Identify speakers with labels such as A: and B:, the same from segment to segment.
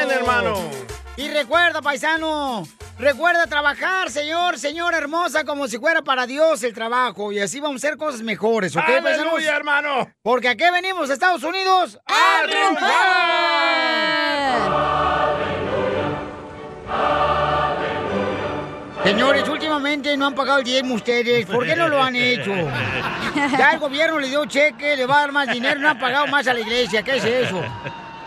A: este recuerda, paisano. Recuerda trabajar, señor, señora hermosa, como si fuera para Dios el trabajo. Y así vamos a hacer cosas mejores, ¿ok,
B: ¡Aleluya,
A: paisanos?
B: hermano!
A: Porque aquí venimos, Estados Unidos,
B: ¡A
A: Señores, últimamente no han pagado el diezmo ustedes. ¿Por qué no lo han hecho? Ya el gobierno le dio cheque, le va a dar más dinero, no han pagado más a la iglesia. ¿Qué es eso?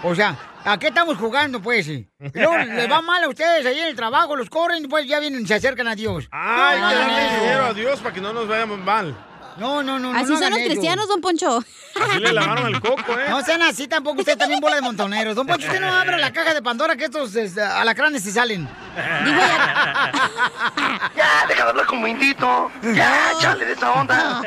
A: O sea, ¿a qué estamos jugando, pues? Y Luego les va mal a ustedes ahí en el trabajo, los corren y pues ya vienen, se acercan a Dios.
B: ¡Ay,
A: No, Ah,
B: que
A: no,
B: darle
A: no.
B: dinero a Dios para que no nos vayamos mal!
A: No, no, no.
B: Así
A: no
B: son
A: hagan
B: los
A: eso.
B: cristianos,
C: don Poncho.
B: Así le lavaron el coco, ¿eh?
A: No sean así tampoco, usted también bola de montoneros. Don Poncho, usted no abra la caja de Pandora que estos este, alacranes se salen.
D: Ya, Ah, deja de hablar con Mindito. Ya, chale de esa onda.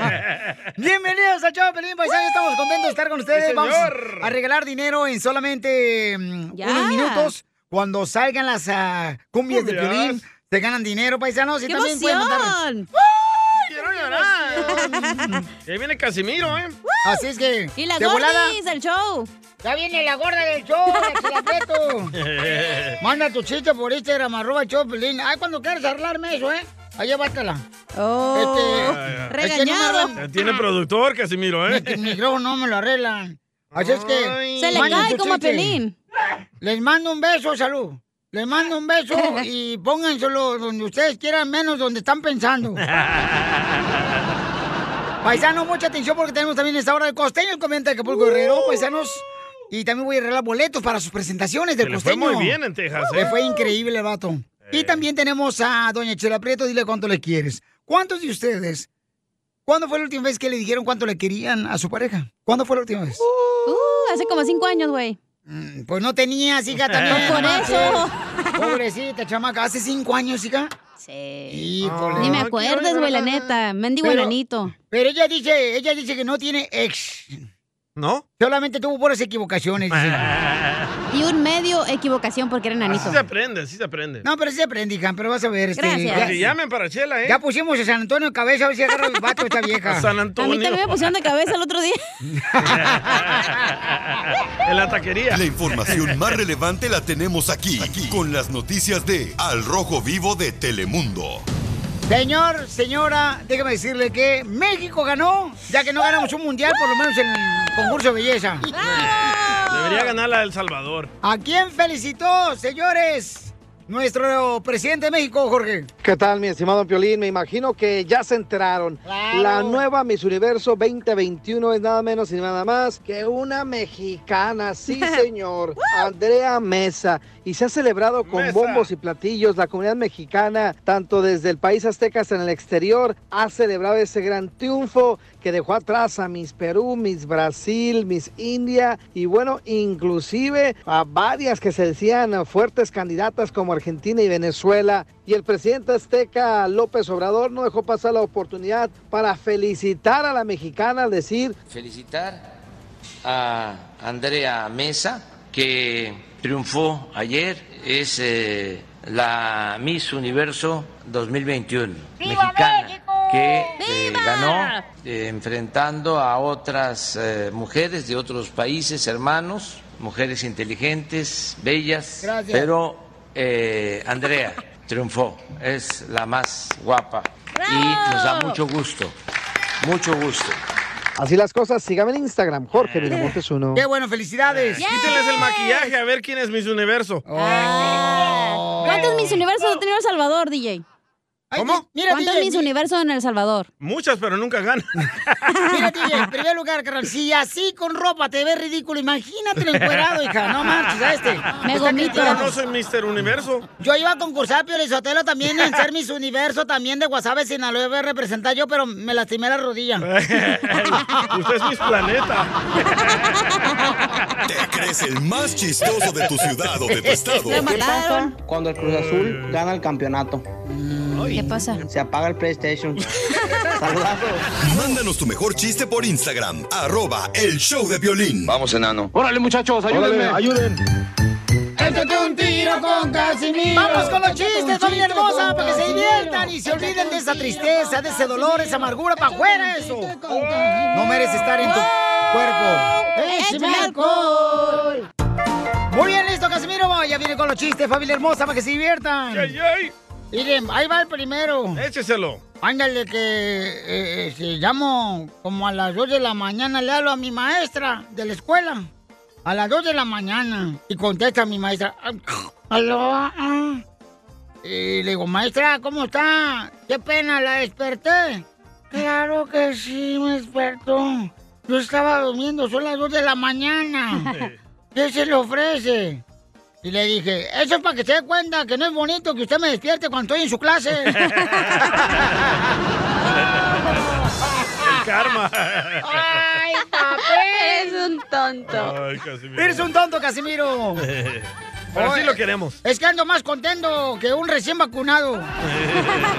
A: Bienvenidos a Chavo Pelín Paisano, estamos contentos de estar con ustedes.
D: Sí,
A: Vamos
D: señor.
A: a regalar dinero en solamente mm,
C: Ya.
A: unos minutos. Cuando salgan las ah, cumbias, de
C: Cumbias.
A: Piolín, se ganan dinero, paisanos. Y
C: ¡Qué
A: también pueden mandar-
C: emoción!
B: ¡Quiero llorar! Y ahí viene Casimiro, ¿eh?
A: Mm. Así es que,
C: Y las
A: de volada.
C: gordis del show.
A: Ya viene la gorda del show, la chilapeto. Manda tu chiste por Instagram, arroba el show de Piolín. Ay, cuando quieras arreglarme eso, ¿eh? Ahí llévatela.
C: Oh.
B: Ah,
A: Este, es que no me
B: ya.
A: arreglan-
B: Ya Tiene productor, Casimiro, ¿eh?
A: El micrófono no me lo arreglan. Así es que.
B: Ay. Se le
A: manden
B: cae
A: su
B: como a
A: chiste.
B: Pelín.
A: Les mando un beso, salud. Les mando un beso y pónganselo donde ustedes quieran, menos donde están pensando. Paisanos, mucha atención porque tenemos también esta hora el costeño, el comediante de Acapulco Guerrero,
B: Uh.
A: paisanos. Y también voy a arreglar boletos para sus presentaciones del
B: Se le fue
A: costeño.
B: muy bien en Texas, ¿eh?
A: Le fue increíble el vato. Y también tenemos a doña Chela Prieto, dile cuánto le quieres. ¿Cuántos de ustedes, cuándo fue la última vez que le dijeron cuánto le querían a su pareja? ¿Cuándo fue la última vez?
C: Uh, hace como cinco años, güey.
A: Pues no tenías, hija, también.
C: No, por
A: manches.
C: eso.
A: Pobrecita, chamaca. ¿Hace cinco años, hija?
C: Sí.
A: Híjole.
C: Ni me
A: No, quiero
C: acuerdas,
A: llorar.
C: güey, la neta. Mendigo
A: Pero-
C: enanito.
A: Pero ella dice, ella dice que no tiene ex.
B: ¿No?
A: Solamente tuvo puras equivocaciones. dice.
C: Y un medio equivocación porque era enanito.
B: Así se aprende, así se aprende.
A: No, pero sí aprendí, hija, pero vas a ver. este,
C: Gracias.
A: ya-
B: Que llamen para Chela, ¿eh?
A: Ya pusimos a San Antonio en cabeza, a ver si agarra el vato esta vieja.
B: A San Antonio. A mí también me
C: pusieron de cabeza el otro día.
B: en la taquería.
E: La información más relevante la tenemos aquí, con las noticias de Al Rojo Vivo de Telemundo.
A: Señor, señora, déjame decirle que México ganó, ya que no ganamos un mundial, por lo menos en el concurso de belleza.
B: Debería ganar la del Salvador.
A: ¿A quién felicitó, señores? Nuestro presidente de México, Jorge.
F: ¿Qué tal, mi estimado Piolín? Me imagino que ya se enteraron. La nueva Miss Universo 2021 es nada menos y nada más que una mexicana, sí señor, Andrea Mesa. Y se ha celebrado con
G: Mesa.
F: bombos y platillos. La comunidad mexicana, tanto desde el país azteca hasta en el exterior, ha celebrado ese gran triunfo que dejó atrás a Miss Perú, Miss Brasil, Miss India y bueno, inclusive a varias que se decían fuertes candidatas como Argentina y Venezuela. Y el presidente azteca López Obrador no dejó pasar la oportunidad para felicitar a la mexicana al decir
H: felicitar a Andrea Mesa, que triunfó ayer, es eh, la Miss Universo 2021 mexicana, que eh, ganó eh, enfrentando a otras eh, mujeres de otros países, hermanos, mujeres inteligentes, bellas,
A: Gracias.
H: pero eh, Andrea triunfó, es la más guapa y nos da
F: ¡Bravo!
H: mucho gusto, mucho gusto.
F: así las cosas. Sígame en Instagram, Jorge Miramontes uno.
A: bueno, felicidades. Oh.
B: Quítenles el maquillaje a ver quién es Miss Universo.
C: ¿Cuántos mis universos ha tenido El Salvador, DJ?
B: ¿Cómo?
C: Mira, ¿Cuántos
A: DJ,
C: mis universos en El Salvador?
B: Muchas, pero nunca ganan.
A: Mira, DJ, en primer lugar, carnal, si así con ropa te ves ridículo, imagínate el encuerado, hija. No marches, a este. Está
B: Pero
A: criticando.
B: no soy Mister Universo.
A: Yo iba a concursar, Pio Lizotelo, también en ser Miss Universo, también de Guasave, Sinaloa, iba a representar yo, pero me lastimé la rodilla.
B: Usted es Miss Planeta.
E: ¿Te crees el más chistoso de tu ciudad o de tu estado?
I: cuando el Cruz Azul gana el campeonato?
C: ¿Qué pasa?
I: Se apaga el PlayStation.
E: Mándanos tu mejor chiste por Instagram, arroba el show de violín. Vamos, enano. Órale, muchachos,
I: ayúdenme.
E: ayuden.
A: Échate un tiro con Casimiro. Vamos con los chistes, familia hermosa, para que se diviertan y se olviden de esa tristeza, de ese dolor, esa amargura, para afuera eso. No mereces estar en tu cuerpo.
D: ¡Échame alcohol!
A: Muy bien, listo, Casimiro. Ya viene con los chistes, familia hermosa, para que se diviertan.
B: Ay, ay.
A: Miren, ahí va el primero.
B: Écheselo.
A: Ándale, que eh, eh, se llamo como a las 2 de la mañana, le hablo a mi maestra de la escuela. A las 2 de la mañana. Y contesta mi maestra. Aló. ah". Y le digo, maestra, ¿cómo está? Qué pena, la desperté. Claro que sí, me despertó. Yo estaba durmiendo, son las 2 de la mañana. ¿Qué se le ofrece? Y le dije, eso es para que se dé cuenta que no es bonito que usted me despierte cuando estoy en su clase.
B: El karma.
A: ¡Ay, papel!
C: Eres un tonto.
B: Ay, Casimiro.
A: Eres un tonto, Casimiro.
B: Pero sí lo queremos.
A: Es que ando más contento que un recién vacunado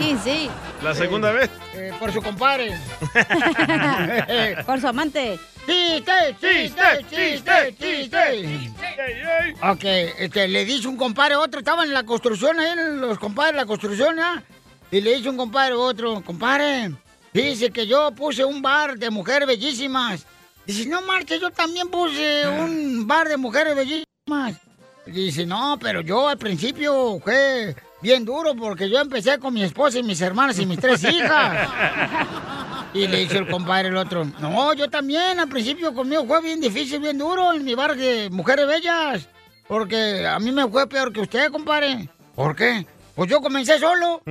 C: Y sí,
B: La segunda vez.
A: eh, por su compadre.
C: por su amante.
A: chiste, chiste, chiste, chiste.
B: Ay, ay.
A: Ok, este, le dice un compadre a otro, estaban en la construcción, ahí en los compadres, la construcción, ¿ah? Y le dice un compadre a otro, compadre, dice que yo puse un bar de mujeres bellísimas. Dice, no marches, yo también puse un bar de mujeres bellísimas. Dice, no, pero yo al principio fue bien duro porque yo empecé con mi esposa y mis hermanas y mis tres hijas. Y le dice el compadre el otro, no, yo también, al principio conmigo fue bien difícil, bien duro en mi bar de mujeres bellas, porque a mí me fue peor que usted, compadre. ¿Por qué? Pues yo comencé solo.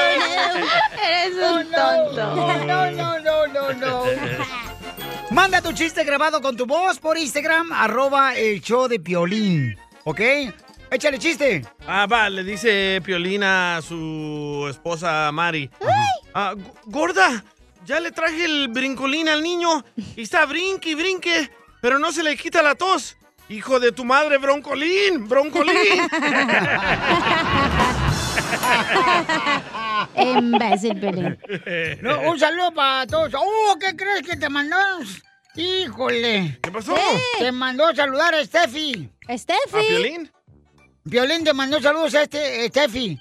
C: Eres
A: Oh, No,
C: un
A: no,
C: tonto.
A: no, no, no, no, no. Manda tu chiste grabado con tu voz por Instagram, arroba el show de Piolín, ¿ok? Échale chiste.
B: Ah, va, le dice Piolina a su esposa Mari. Ah, go- gorda, ya le traje el brincolín al niño y está brinque y brinque, pero no se le quita la tos. Hijo de tu madre, broncolín, broncolín.
C: Imbécil, Pelín.
A: No, un saludo para todos. ¡Oh, qué crees que te mandaron? Híjole,
B: ¿Qué pasó?
A: te mandó a saludar a Steffi.
B: ¿A
C: Steffi.
B: Piolín?
A: Violín te mandó saludos a este Steffi.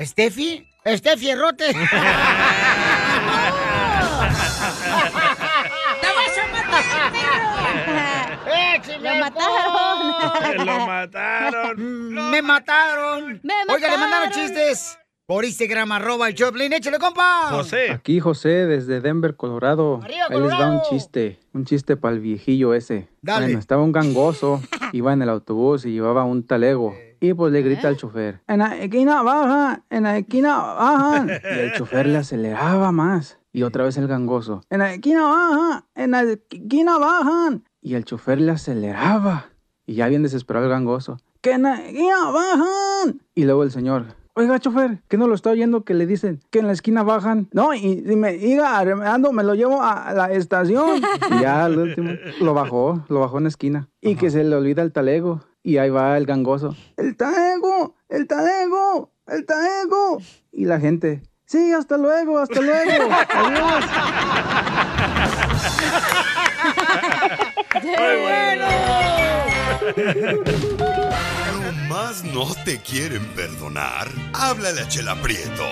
A: ¿Steffi? Steffi Errote. ¡Eh, si
C: ¡Lo
A: me voy!
C: mataron!
B: Lo mataron.
A: ¡Me mataron!
C: ¡Me
A: Oiga, le mandaron
C: mataron!
A: chistes por Instagram, arroba el Choplin. ¡Échale, compa!
B: José.
G: Aquí José desde Denver, Colorado.
A: ¡Arriba,
G: Ahí les va un
A: Colorado!
G: chiste, un chiste para el viejillo ese.
A: Dale.
G: Bueno, estaba un gangoso, iba en el autobús y llevaba un talego. Y pues le
A: Eh.
G: grita al chofer, en la esquina baja, en la esquina baja. Y el chofer le aceleraba más. Y otra vez el gangoso, en la esquina baja, en la esquina bajan. Y el chofer le aceleraba. Y ya bien desesperado el gangoso. ¡Que en la esquina bajan! Y luego el señor. Oiga, chofer, que no lo está oyendo que le dicen que en la esquina bajan. No, y, y me iba arremeando, me lo llevo a la estación. Y ya al último lo bajó, lo bajó en la esquina. Y que se le olvida el talego. Y ahí va el gangoso. ¡El talego! ¡El talego! ¡El talego! Y la gente. Sí, hasta luego, hasta luego. Adiós.
E: Nomás no te quieren perdonar. Háblale a Chela Prieto.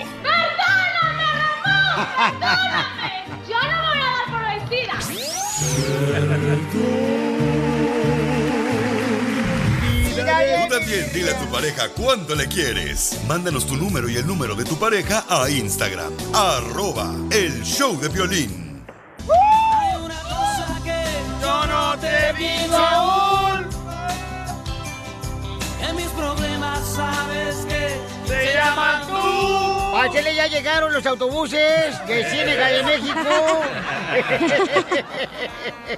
J: Yo no me voy a dar por vencida.
E: Tú también dile a tu pareja cuánto le quieres. Mándanos tu número y el número de tu pareja a Instagram. Arroba el show de violín.
B: Yo no te digo aún. En mis problemas sabes que se llaman tú.
A: A Chile ya llegaron los autobuses de Cine de México.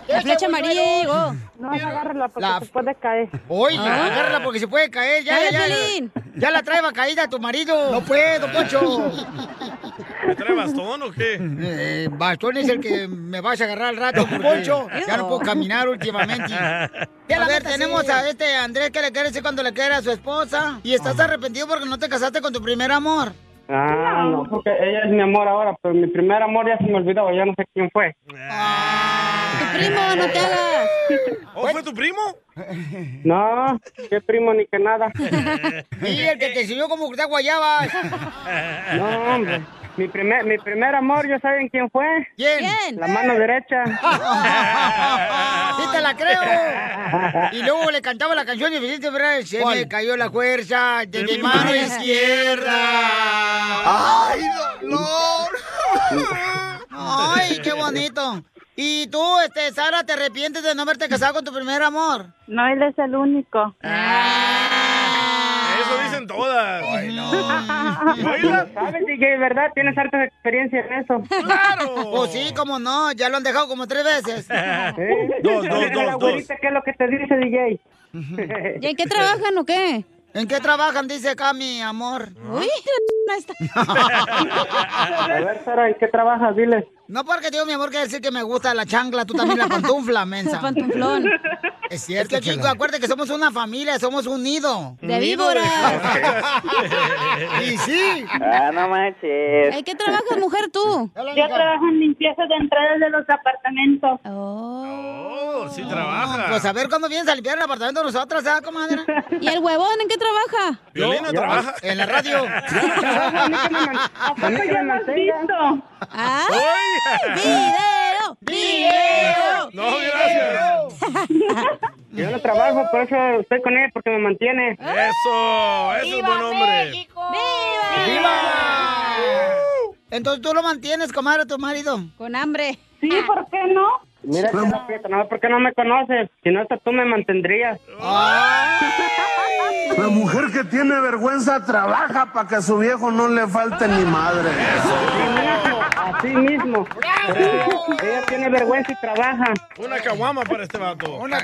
C: La flecha amarilla llegó.
K: No, agárrala porque
A: La-
K: se puede caer.
A: Oye, agárrala porque se puede caer. Ya,
C: Dale,
A: ya, ya,
C: Piolín.
A: ya la trae caída tu marido. Ah. No puedo, Pocho.
B: ¿Me trae bastón o qué?
A: Eh, bastón es el que me vas a agarrar al rato, Poncho. Ya no puedo caminar últimamente. a ver, tenemos a este Andrés que le quiere decir cuando le quiere a su esposa. Y estás arrepentido porque no te casaste con tu primer amor.
K: Ah, no, porque ella es mi amor ahora, pero mi primer amor ya se me olvidó, ya no sé quién fue.
C: Tu primo, no te hagas.
B: ¿O fue tu primo?
K: No, qué primo ni que nada.
A: Y el que te enseñó cómo cortar guayabas.
K: No, hombre. Mi primer, mi primer amor, ¿ya saben quién fue?
A: ¿Quién?
K: La mano derecha.
A: ¡Sí te la creo! Y luego le cantaba la canción de Vicente Fernández. Se me cayó la fuerza de mi mano izquierda.
D: ¡Ay,
A: dolor! ¡Ay, qué bonito! ¿Y tú, este, Sara, te arrepientes de no haberte casado con tu primer amor?
L: No, él es el único.
B: Eso dicen todas.
A: Ah.
K: ¿Sabes, DJ, verdad? Tienes harta experiencia en eso.
A: ¡Claro! Pues sí, cómo no, ya lo han dejado como tres veces.
K: Dos, dos, Dile a ¿Eh? la dos, abuelita
A: ¿Qué es lo que te dice, DJ? ¿Y en qué trabajan o qué? ¿En qué trabajan? Dice acá mi amor. Uy, la está.
K: A ver, Sara, ¿en qué trabajas? Diles.
A: No porque digo mi amor que decir que me gusta la chancla, tú también la pantufla, mensa.
C: pantuflón.
A: Es cierto, chicos, acuérdate que somos una familia, somos un nido.
C: De víboras.
A: y sí.
L: Ah, no manches.
C: ¿En qué trabajas, mujer, tú?
L: Yo trabajo en limpieza de entradas de los apartamentos.
B: Oh, sí trabaja.
A: Pues a ver cuándo vienes a limpiar el apartamento de nosotras, ¿ah, comadre?
C: ¿Y el huevón en qué trabaja?
B: Violina trabaja.
A: En la radio.
K: ¿Dónde que me mantenga?
C: ¡Ay! ¡Video! ¡Video!
K: No, gracias. Yo no trabajo, por eso estoy con él, porque me mantiene.
M: Ah.
B: Eso, eso es buen hombre.
C: ¡Viva!
A: Entonces tú lo mantienes, comadre, a tu marido.
C: Con hambre. Ah.
L: Sí, ¿por qué no?
K: Mira, que no, Prieto, no, porque no me conoces. Si no, hasta tú me mantendrías.
N: La mujer que tiene vergüenza trabaja para que a su viejo no le falte ni madre.
K: Así mismo. Ella tiene vergüenza y trabaja.
B: Una caguama para este vato.
A: Una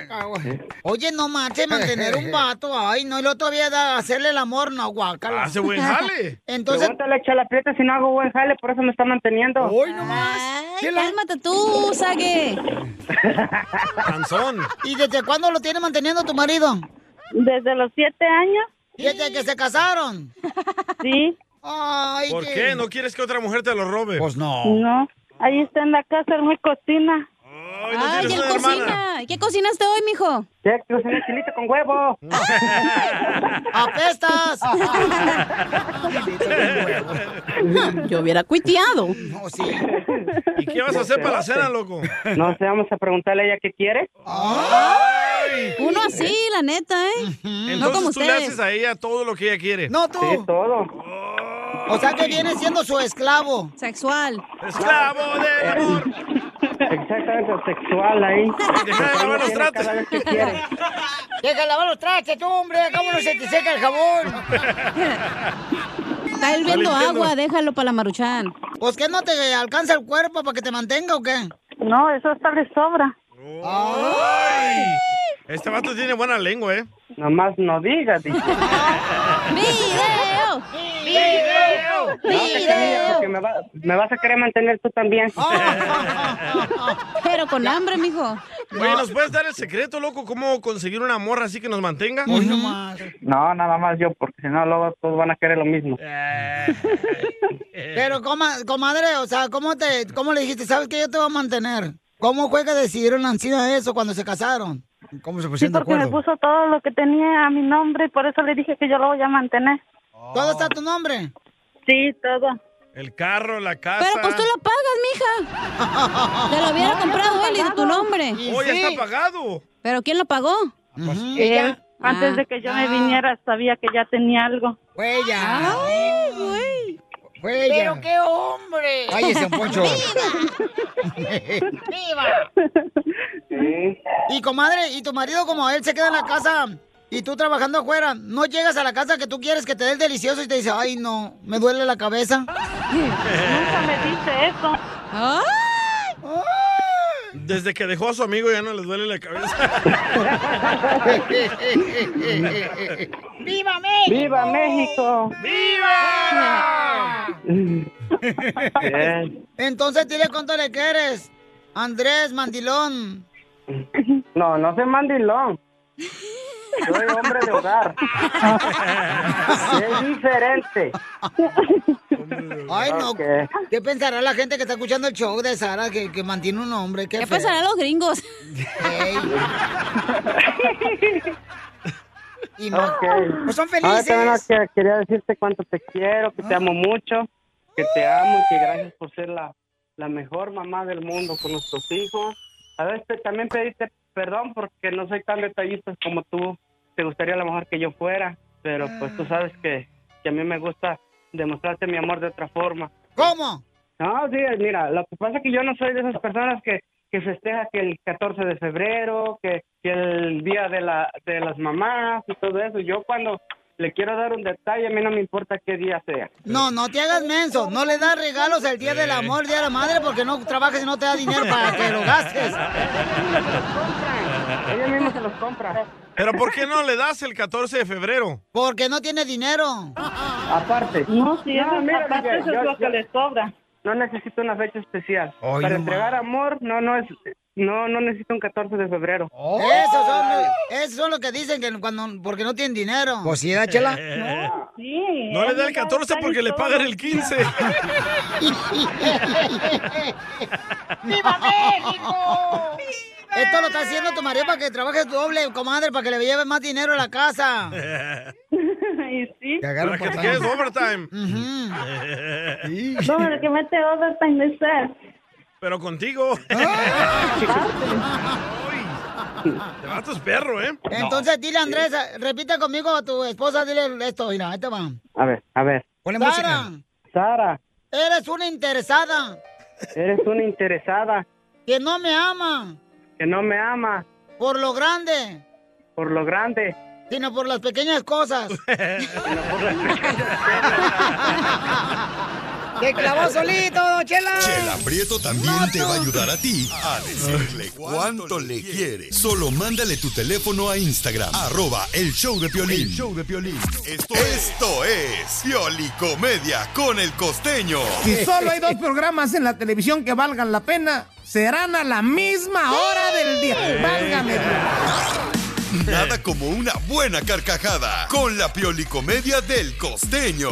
A: Oye, no manches, mantener un vato. Ay, no, y luego todavía da- hacerle el amor, no, guácala.
B: Hace buen Ah, jale.
A: Entonces-
K: Pregúntale a Chela Prieto si no hago buen jale, por eso me está manteniendo.
A: Hoy nomás.
C: Cálmate tú, Sague.
B: Canzón.
A: ¿Y desde cuándo lo tiene manteniendo tu marido?
L: Desde los siete años.
A: ¿Desde que se casaron?
L: Sí.
A: Ay,
B: ¿Por qué? ¿No quieres que otra mujer te lo robe?
A: Pues no.
L: No. Ahí está en la casa, él muy cocina.
B: Ay, no
C: Ay,
B: tienes
C: él
B: una hermana.
C: cocina. ¿Qué cocinaste hoy, mijo?
K: Ya cociné chilito con huevo.
A: ¡Apestas!
C: Yo hubiera cuiteado.
A: No, sí.
B: ¿Y qué vas a hacer para la cena, loco?
K: No sé, vamos a preguntarle a ella qué quiere.
C: Uno así, la neta, ¿eh? no como
B: Entonces tú le
C: ustedes.
B: haces a ella todo lo que ella quiere.
A: No, tú.
K: Sí, todo.
A: O sea que viene siendo su esclavo. Eh,
C: Sexual.
B: ¡Esclavo del amor!
K: Exactamente sexual ahí.
B: Deja de lavar los tratos.
K: Cada vez que quiere.
A: Deja lavar los trastes, tú, hombre. ¿Cómo no se te seca el jabón?
C: Está hirviendo agua, déjalo para la maruchan.
A: ¿Pues que no te alcanza el cuerpo para que te mantenga o qué?
L: No, eso hasta le sobra.
B: ¡Ay! Este vato tiene buena lengua, ¿eh?
K: Nomás no digas, dice.
C: ¡Video!
B: ¡Video!
K: No, te calles, porque me, va- me vas a querer mantener tú también.
B: Ah.
C: Pero con hambre, mijo.
B: Oye, ¿nos puedes dar el secreto, loco? ¿Cómo conseguir una morra así que nos mantenga?
A: Hoy nomás.
K: No, nada más yo, porque si no, luego todos van a querer lo mismo. Eh.
A: Pero, coma- comadre, o sea, ¿cómo, te, ¿cómo le dijiste? ¿Sabes que yo te voy a mantener? ¿Cómo fue que decidieron encima eso cuando se casaron? ¿Cómo se
L: Sí,
A: pusieron Pues de
L: porque me
A: acuerdo?
L: puso todo lo que tenía a mi nombre y por eso le dije que yo lo voy a mantener.
A: Oh. ¿Todo está tu nombre?
L: Sí, todo.
B: El carro, la casa.
C: Pero pues tú lo pagas, mija. Te lo hubiera comprado él y de tu nombre.
B: ¡Oh, ya está pagado!
C: ¿Pero quién lo pagó?
L: Él, antes
C: Ah.
L: de que yo me viniera, sabía que ya tenía algo. Ah.
A: Fue ella.
C: Ay, güey.
A: Fue ella.
O: Pero qué hombre.
A: Cállese, don Poncho.
O: ¡Viva!
A: y, comadre, ¿y tu marido como él se queda en la casa y tú trabajando afuera? ¿No llegas a la casa que tú quieres que te dé el delicioso y te dice, ay, no, me duele la cabeza?
L: Nunca me dice eso.
B: Desde que dejó a su amigo ya no les duele la cabeza.
O: ¡Viva México!
K: ¡Viva México!
M: Ah.
B: ¡Viva!
K: Bien.
A: Entonces dile cuánto le quieres. Andrés Mandilón.
K: No, no se mandilón. Soy hombre de hogar. es diferente.
A: Ay, no.
K: Ok.
A: ¿Qué pensará la gente que está escuchando el show de Sara que, que mantiene un hombre? ¿Qué,
C: ¿Qué
A: feo.
C: pasará a los gringos?
A: Ey. Y no.
K: Ok.
A: Pues son
K: Ahora también
A: felices.
K: Ah, que- quería decirte cuánto te quiero, que te amo mucho. que te amo y que gracias por ser la, la mejor mamá del mundo con nuestros hijos. A veces te- también pedirte perdón porque no soy tan detallista como tú. Te gustaría a lo mejor que yo fuera, pero pues tú sabes que, que a mí me gusta demostrarte mi amor de otra forma.
A: ¿Cómo?
K: No, sí, mira, lo que pasa es que yo no soy de esas personas que, que festeja que el 14 de febrero, que, que el día de, la, de las mamás y todo eso. Yo cuando le quiero dar un detalle, a mí no me importa qué día sea.
A: No, no te hagas menso. No le das regalos el día del amor, el día de la madre, porque no trabajas y no te da dinero para que lo gastes.
K: Ella misma se los compra.
B: Pero ¿por qué no le das el 14 de febrero?
A: Porque no tiene dinero.
K: Aparte.
L: No, sí, eso- aparte
K: Miguel,
L: eso es lo que les
K: sobra. No necesito una fecha especial.
L: Ay,
K: Para
L: no
K: entregar amor, no, no es... No, no necesito un 14 de febrero.
A: Oh. Esos son, los- esos son los que dicen que cuando, porque no tienen dinero.
B: Pues sí, da, chela.
A: No,
L: sí.
B: No le da el 14 porque le pagan el 15.
A: ¡Viva México! Esto lo está haciendo tu marido para que trabaje doble, comadre, para que le lleve más dinero a la casa.
L: y sí.
B: Para que te quedes overtime.
L: No, el que mete overtime es él.
B: Pero contigo. Te vas tus perro, ¿eh?
A: Entonces, dile a Andrés, repite conmigo a tu esposa, dile esto, mira, ahí te va.
K: A ver, a ver.
A: Sara,
K: Sara,
A: eres una interesada
K: eres una interesada
A: que no me ama
K: que no me ama
A: por lo grande,
K: por lo grande.
A: sino por las pequeñas cosas. Te clavó solito, don Chela.
E: Chela Prieto también te va a ayudar a ti a decirle cuánto le quiere. Solo mándale tu teléfono a Instagram, arroba el show de Piolín.
P: El
E: show de Piolín. Esto, Esto es Pioli Comedia con el costeño.
P: Si solo hay dos programas en la televisión que valgan la pena, serán a la misma hora del día. Válgame.
E: Nada como una buena carcajada con la Pioli Comedia del costeño.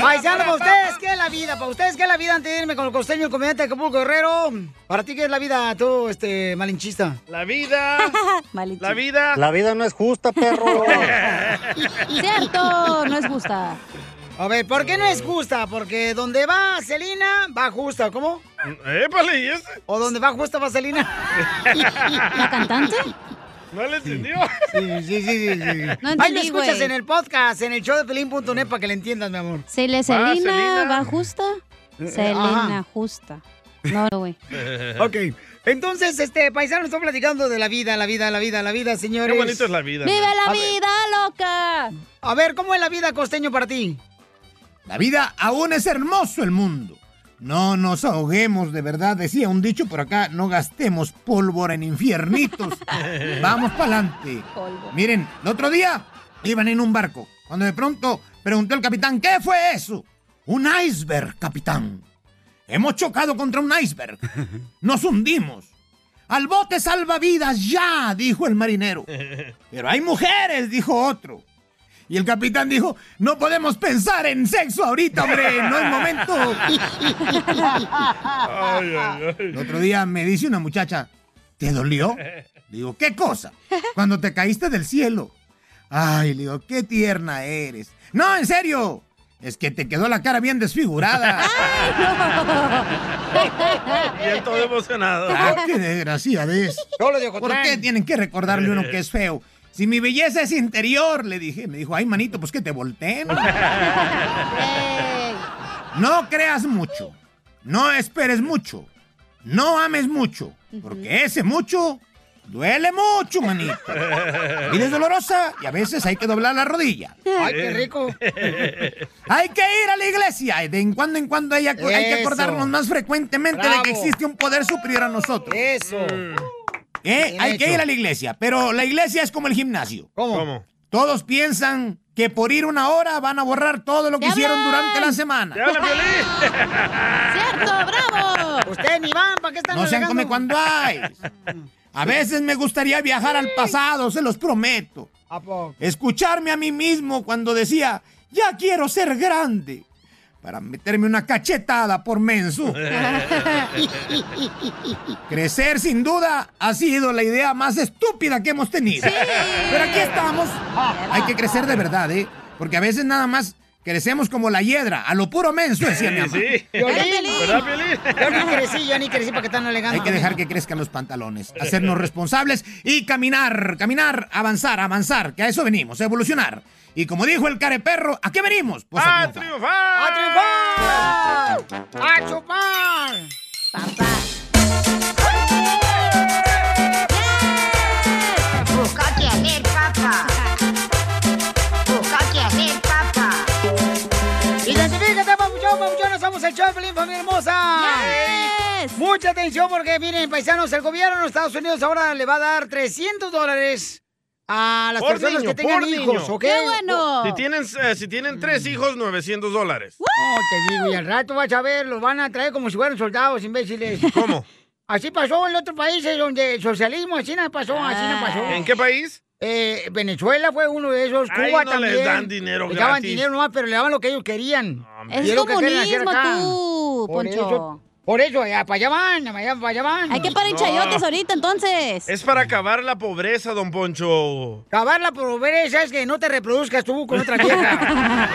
A: Paisano, para ustedes, ¿qué es la vida? Para ustedes, ¿qué es la vida? Antes de irme con el costeño, el comediante de Acapulco Guerrero. Para ti, ¿qué es la vida, tú, este, malinchista?
B: La vida.
A: La
B: vida.
Q: La vida no es justa, perro.
A: Cierto, no es justa. A ver, ¿por qué no es justa? Porque donde va Celina, va justa, ¿cómo?
B: Épale, ¿y ese?
A: O donde va justa va Celina. ¿La cantante?
B: No le entendió.
A: Sí, sí, sí, sí. sí.
C: No
A: Ahí lo
C: entendí,
A: escuchas
C: güey.
A: en el podcast, en el show de pelín.net para que le entiendas, mi amor.
C: Se Ah. le
B: Ah,
C: Selena, va justa.
A: Eh,
C: Selena,
A: ajá.
C: justa. No, no, güey.
A: Ok. Entonces, este, paisano, estamos platicando de la vida, la vida, la vida, la vida, señores.
B: Qué bonito es la vida.
C: ¡Vive la
A: A ver,
C: vida, loca!
A: A ver, ¿cómo es la vida, costeño, para ti?
P: La vida aún es hermoso el mundo. No nos ahoguemos, de verdad, decía un dicho por acá, no gastemos pólvora en infiernitos. Vamos pa'lante. Miren, el otro día iban en un barco, cuando de pronto preguntó el capitán, ¿qué fue eso? Un iceberg, capitán. Hemos chocado contra un iceberg. Nos hundimos. Al bote salvavidas ya, dijo el marinero. Pero hay mujeres, dijo otro. Y el capitán dijo, no podemos pensar en sexo ahorita, hombre, no es momento. El otro día me dice una muchacha, ¿te dolió? Le digo, ¿qué cosa? Cuando te caíste del cielo. Ay, le digo, qué tierna eres. No, en serio. Es que te quedó la cara bien desfigurada.
B: Y él todo emocionado.
P: Ah, qué desgraciadez. ¿Por qué tienen que recordarle a uno que es feo? Si mi belleza es interior, le dije. Me dijo, ay, manito, pues que te volteen. No creas mucho. No esperes mucho. No ames mucho. Porque ese mucho duele mucho, manito. La vida es dolorosa y a veces hay que doblar la rodilla. Eh.
A: Ay,
M: Eh.
A: qué rico.
P: Hay que ir a la iglesia. De en cuando en cuando hay, acu- hay que
A: Eso.
P: acordarnos más frecuentemente de
A: Bravo.
P: que existe un poder superior a nosotros. Mm.
A: Eso.
P: ¿Eh?
A: Bien
P: Hay que
A: hecho.
P: ir a la iglesia. Pero la iglesia es como el gimnasio. Todos piensan que por ir una hora van a borrar todo lo que hicieron durante la semana.
C: ¡Cierto,
M: Pues,
C: bravo!
A: Ustedes ni van, ¿para qué están
P: No sean
A: alegando?
P: come cuando hay. A veces me gustaría viajar al pasado, se los prometo.
A: ¿A poco?
P: Escucharme a mí mismo cuando decía, ya quiero ser grande. Para meterme una cachetada por menso. Crecer sin duda ha sido la idea más estúpida que hemos tenido. Pero aquí estamos. Hay que crecer de verdad, ¿eh? Porque a veces nada más
R: Crecemos como la hiedra, a lo puro menso, decía
B: Sí,
R: mi mamá.
B: sí.
A: Piolín.
B: ¿Verdad, Piolín?
A: Yo ni crecí, yo ni crecí para que tan elegante.
R: Hay que dejar que crezcan los pantalones, hacernos responsables y caminar, caminar, avanzar, avanzar, que a eso venimos, a evolucionar. Y como dijo el careperro, ¿a qué venimos? Pues a triunfar.
A: ¡A triunfar! ¡A chupar!
O: Busca que hacer, papá. Busca que hacer, papá.
A: ¡Identifícate, papuchón, papuchón! ¡Somos el show de Pelín, familia hermosa! Mucha atención porque, miren, paisanos, el gobierno de los Estados Unidos ahora le va a dar 300 dólares a las
B: Por
A: personas
B: niño,
A: que tengan
B: por niño.
A: hijos, ¿ok? Mm.
B: Si tienen, eh, si tienen tres hijos, 900 dólares.
A: No, Oh, te digo, y al rato vas a ver, los van a traer como si fueran soldados, imbéciles.
B: ¿Cómo?
A: Así pasó en otros países donde el socialismo, así no pasó, así no pasó.
B: Ah, ¿En qué país?
A: Eh, Venezuela fue uno de esos, Cuba
B: Ahí no
A: también.
B: les dan dinero
A: Les daban
B: gratis.
A: dinero nomás, pero le daban lo que ellos querían.
C: Es
A: Y lo que quieren hacer
C: comunismo
A: acá.
C: tú,
A: Por
C: Poncho.
A: eso- por eso, ya, para allá van, allá- para allá van.
C: Hay que parar en
B: No.
C: chayotes ahorita, entonces.
B: Es para acabar la pobreza, don Poncho.
A: Acabar la pobreza es que no te reproduzcas tú con otra vieja.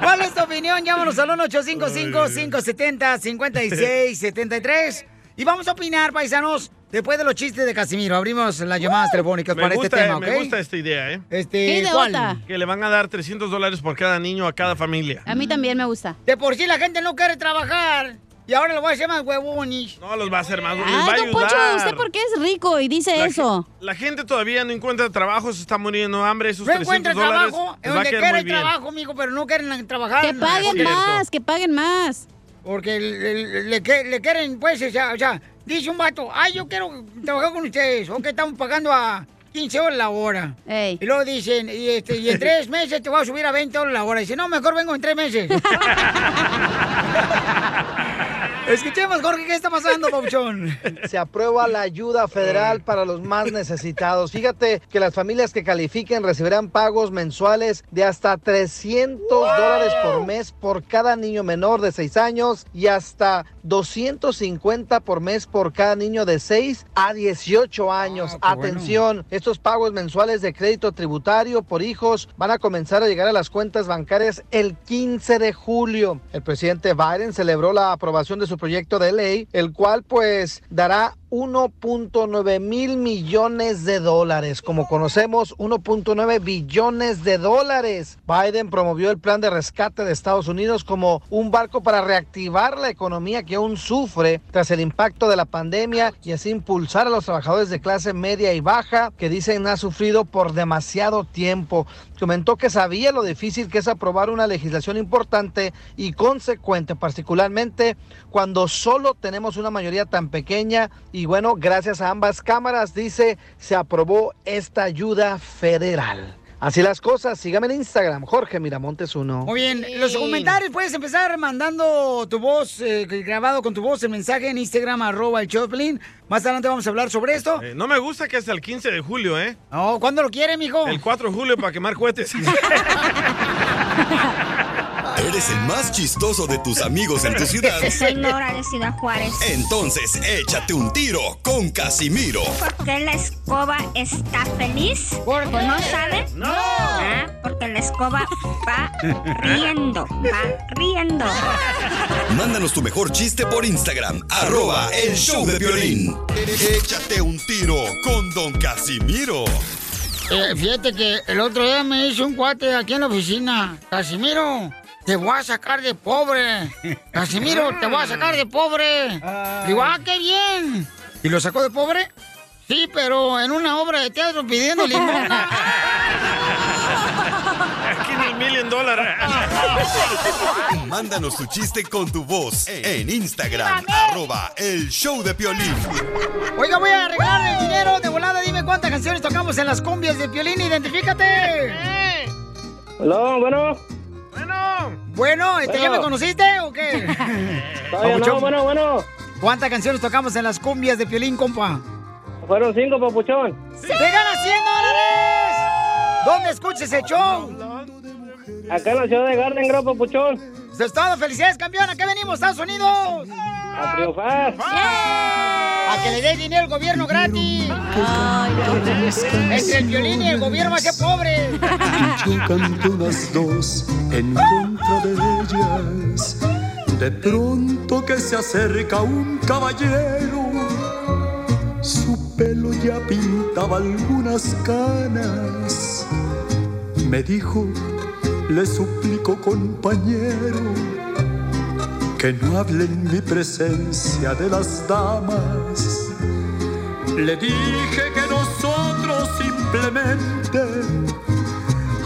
A: ¿Cuál es tu opinión? Llámanos al 1-855-570-5673. Y vamos a opinar, paisanos, después de los chistes de Casimiro. Abrimos las llamadas telefónicas
B: Uh, Me
A: para
B: gusta,
A: este tema,
B: eh,
A: ¿ok?
B: me gusta esta idea, ¿eh?
A: Este, ¿Qué de ¿cuál? otra?
B: Que le van a dar 300 dólares por cada niño a cada familia.
C: Ah.
A: A mí también me gusta. De por sí la gente no quiere trabajar. Y ahora lo voy a hacer más huevones.
B: No los va a hacer más, les va a
C: Ay, don Poncho,
B: ayudar.
C: ¿usted por qué es rico y dice
B: La
C: eso?
B: gen- La gente todavía no encuentra trabajo, se está muriendo de hambre. Esos
A: No encuentra
B: 300 dólares
A: trabajo.
B: les
A: En
B: va a
A: donde
B: quedar
A: quiera
B: muy
A: hay
B: bien.
A: trabajo, mijo, pero no quieren trabajar.
C: Que paguen Es más, cierto.
A: que paguen más. Porque le, le- le que- le quieren, pues, o sea, o sea, dice un vato, ay, yo quiero trabajar con ustedes, o que estamos pagando a 15 horas la hora. Y luego dicen, y, este, y en tres meses te voy a subir a 20 horas la hora. Y dice, no, mejor vengo en tres meses. Escuchemos, Jorge, ¿qué está pasando, Pauchón?
F: Se aprueba la ayuda federal para los más necesitados. Fíjate que las familias que califiquen recibirán pagos mensuales de hasta 300 dólares por mes por cada niño menor de 6 años y hasta 250 por mes por cada niño de 6 a 18 años. Atención, estos pagos mensuales de crédito tributario por hijos van a comenzar a llegar a las cuentas bancarias el 15 de julio. El presidente Biden celebró la aprobación de su proyecto de ley, el cual pues dará 1.9 mil millones de dólares. Como conocemos, 1.9 billones de dólares. Biden promovió el plan de rescate de Estados Unidos como un barco para reactivar la economía que aún sufre tras el impacto de la pandemia y así impulsar a los trabajadores de clase media y baja que dicen ha sufrido por demasiado tiempo. Comentó que sabía lo difícil que es aprobar una legislación importante y consecuente, particularmente cuando solo tenemos una mayoría tan pequeña. Y bueno, gracias a ambas cámaras, dice, se aprobó esta ayuda federal. Así las cosas, sígame en Instagram, Jorge Miramontes 1.
A: Muy bien, los comentarios puedes empezar mandando tu voz, eh, grabado con tu voz, el mensaje en Instagram, arroba el Choplin. Más adelante vamos a hablar sobre esto.
B: Eh, no me gusta que hasta el 15 de julio, ¿eh?
A: No, ¿cuándo lo quiere, mijo?
B: El 4 de julio para quemar cohetes.
E: Eres el más chistoso de tus amigos en tu ciudad.
M: Soy Nora de Ciudad Juárez.
E: Entonces, échate un tiro con Casimiro.
M: ¿Por qué la escoba está feliz?
A: ¿Por
M: qué? ¿No sabe? ¡No! porque la escoba va riendo, va riendo.
E: Mándanos tu mejor chiste por Instagram, arroba el show de violín. Échate un tiro con Don Casimiro.
A: Eh, fíjate que el otro día me hizo un cuate aquí en la oficina. Casimiro, te voy a sacar de pobre. Casimiro, te voy a sacar de pobre. Digo, ah, qué bien. ¿Y lo sacó de pobre? Sí, pero en una obra de teatro pidiendo limosna.
B: Aquí en el million dólares.
E: Mándanos tu chiste con tu voz en Instagram, arroba el show de violín.
A: Oiga, voy a regalar el dinero de volada. Dime cuántas canciones tocamos en las cumbias de Piolín. Identifícate.
S: Hola, bueno.
A: Bueno, este, ¿ya
S: Bueno.
A: me conociste o qué?
S: Todavía no, bueno, bueno.
A: ¿Cuántas canciones tocamos en las cumbias de Piolín, compa?
S: Fueron cinco, papuchón.
A: ¡Te ganas 100 dólares! ¿Dónde escuches ese show?
S: Acá en la ciudad de Garden Grove, papuchón.
A: Pues Eso es todo. ¡Felicidades, campeón! ¿A qué venimos, Estados Unidos? ¡A
S: triunfar!
A: ¡A A que le dé dinero al gobierno gratis. Entre el violín y el gobierno va a ser pobre.
T: Y chocan todas dos en contra de ellas. De pronto que se acerca un caballero, su pelo ya pintaba algunas canas. Me dijo, le suplico compañero, que no hable en mi presencia de las damas. Le dije que nosotros simplemente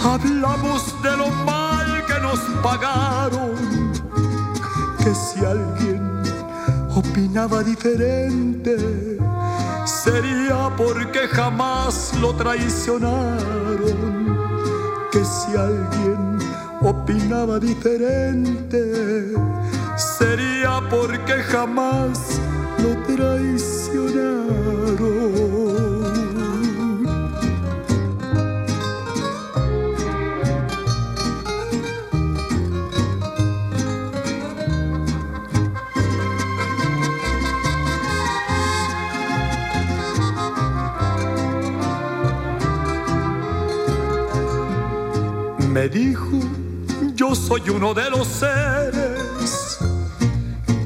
T: hablamos de lo mal que nos pagaron, que si alguien opinaba diferente sería porque jamás lo traicionaron, que si alguien opinaba diferente sería porque jamás lo traicionaron. Me dijo, yo soy uno de los seres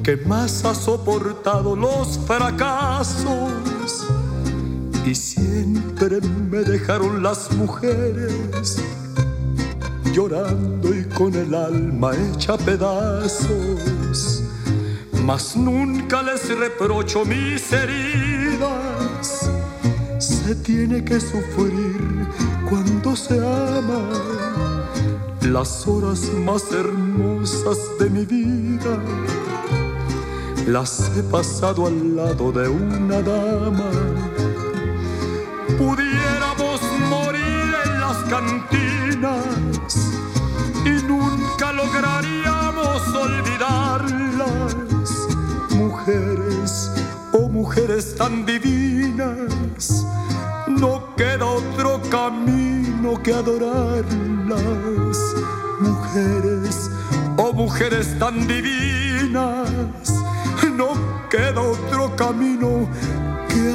T: que más ha soportado los fracasos y siempre me dejaron las mujeres llorando y con el alma hecha pedazos. Mas nunca les reprocho mis heridas. Se tiene que sufrir cuando se ama. Las horas más hermosas de mi vida las he pasado al lado de una dama. Pudiéramos morir en las cantinas y nunca lograríamos olvidarlas. Mujeres, oh mujeres tan divinas, no queda otro camino que adorarlas. Mujeres, oh mujeres tan divinas, no queda otro camino que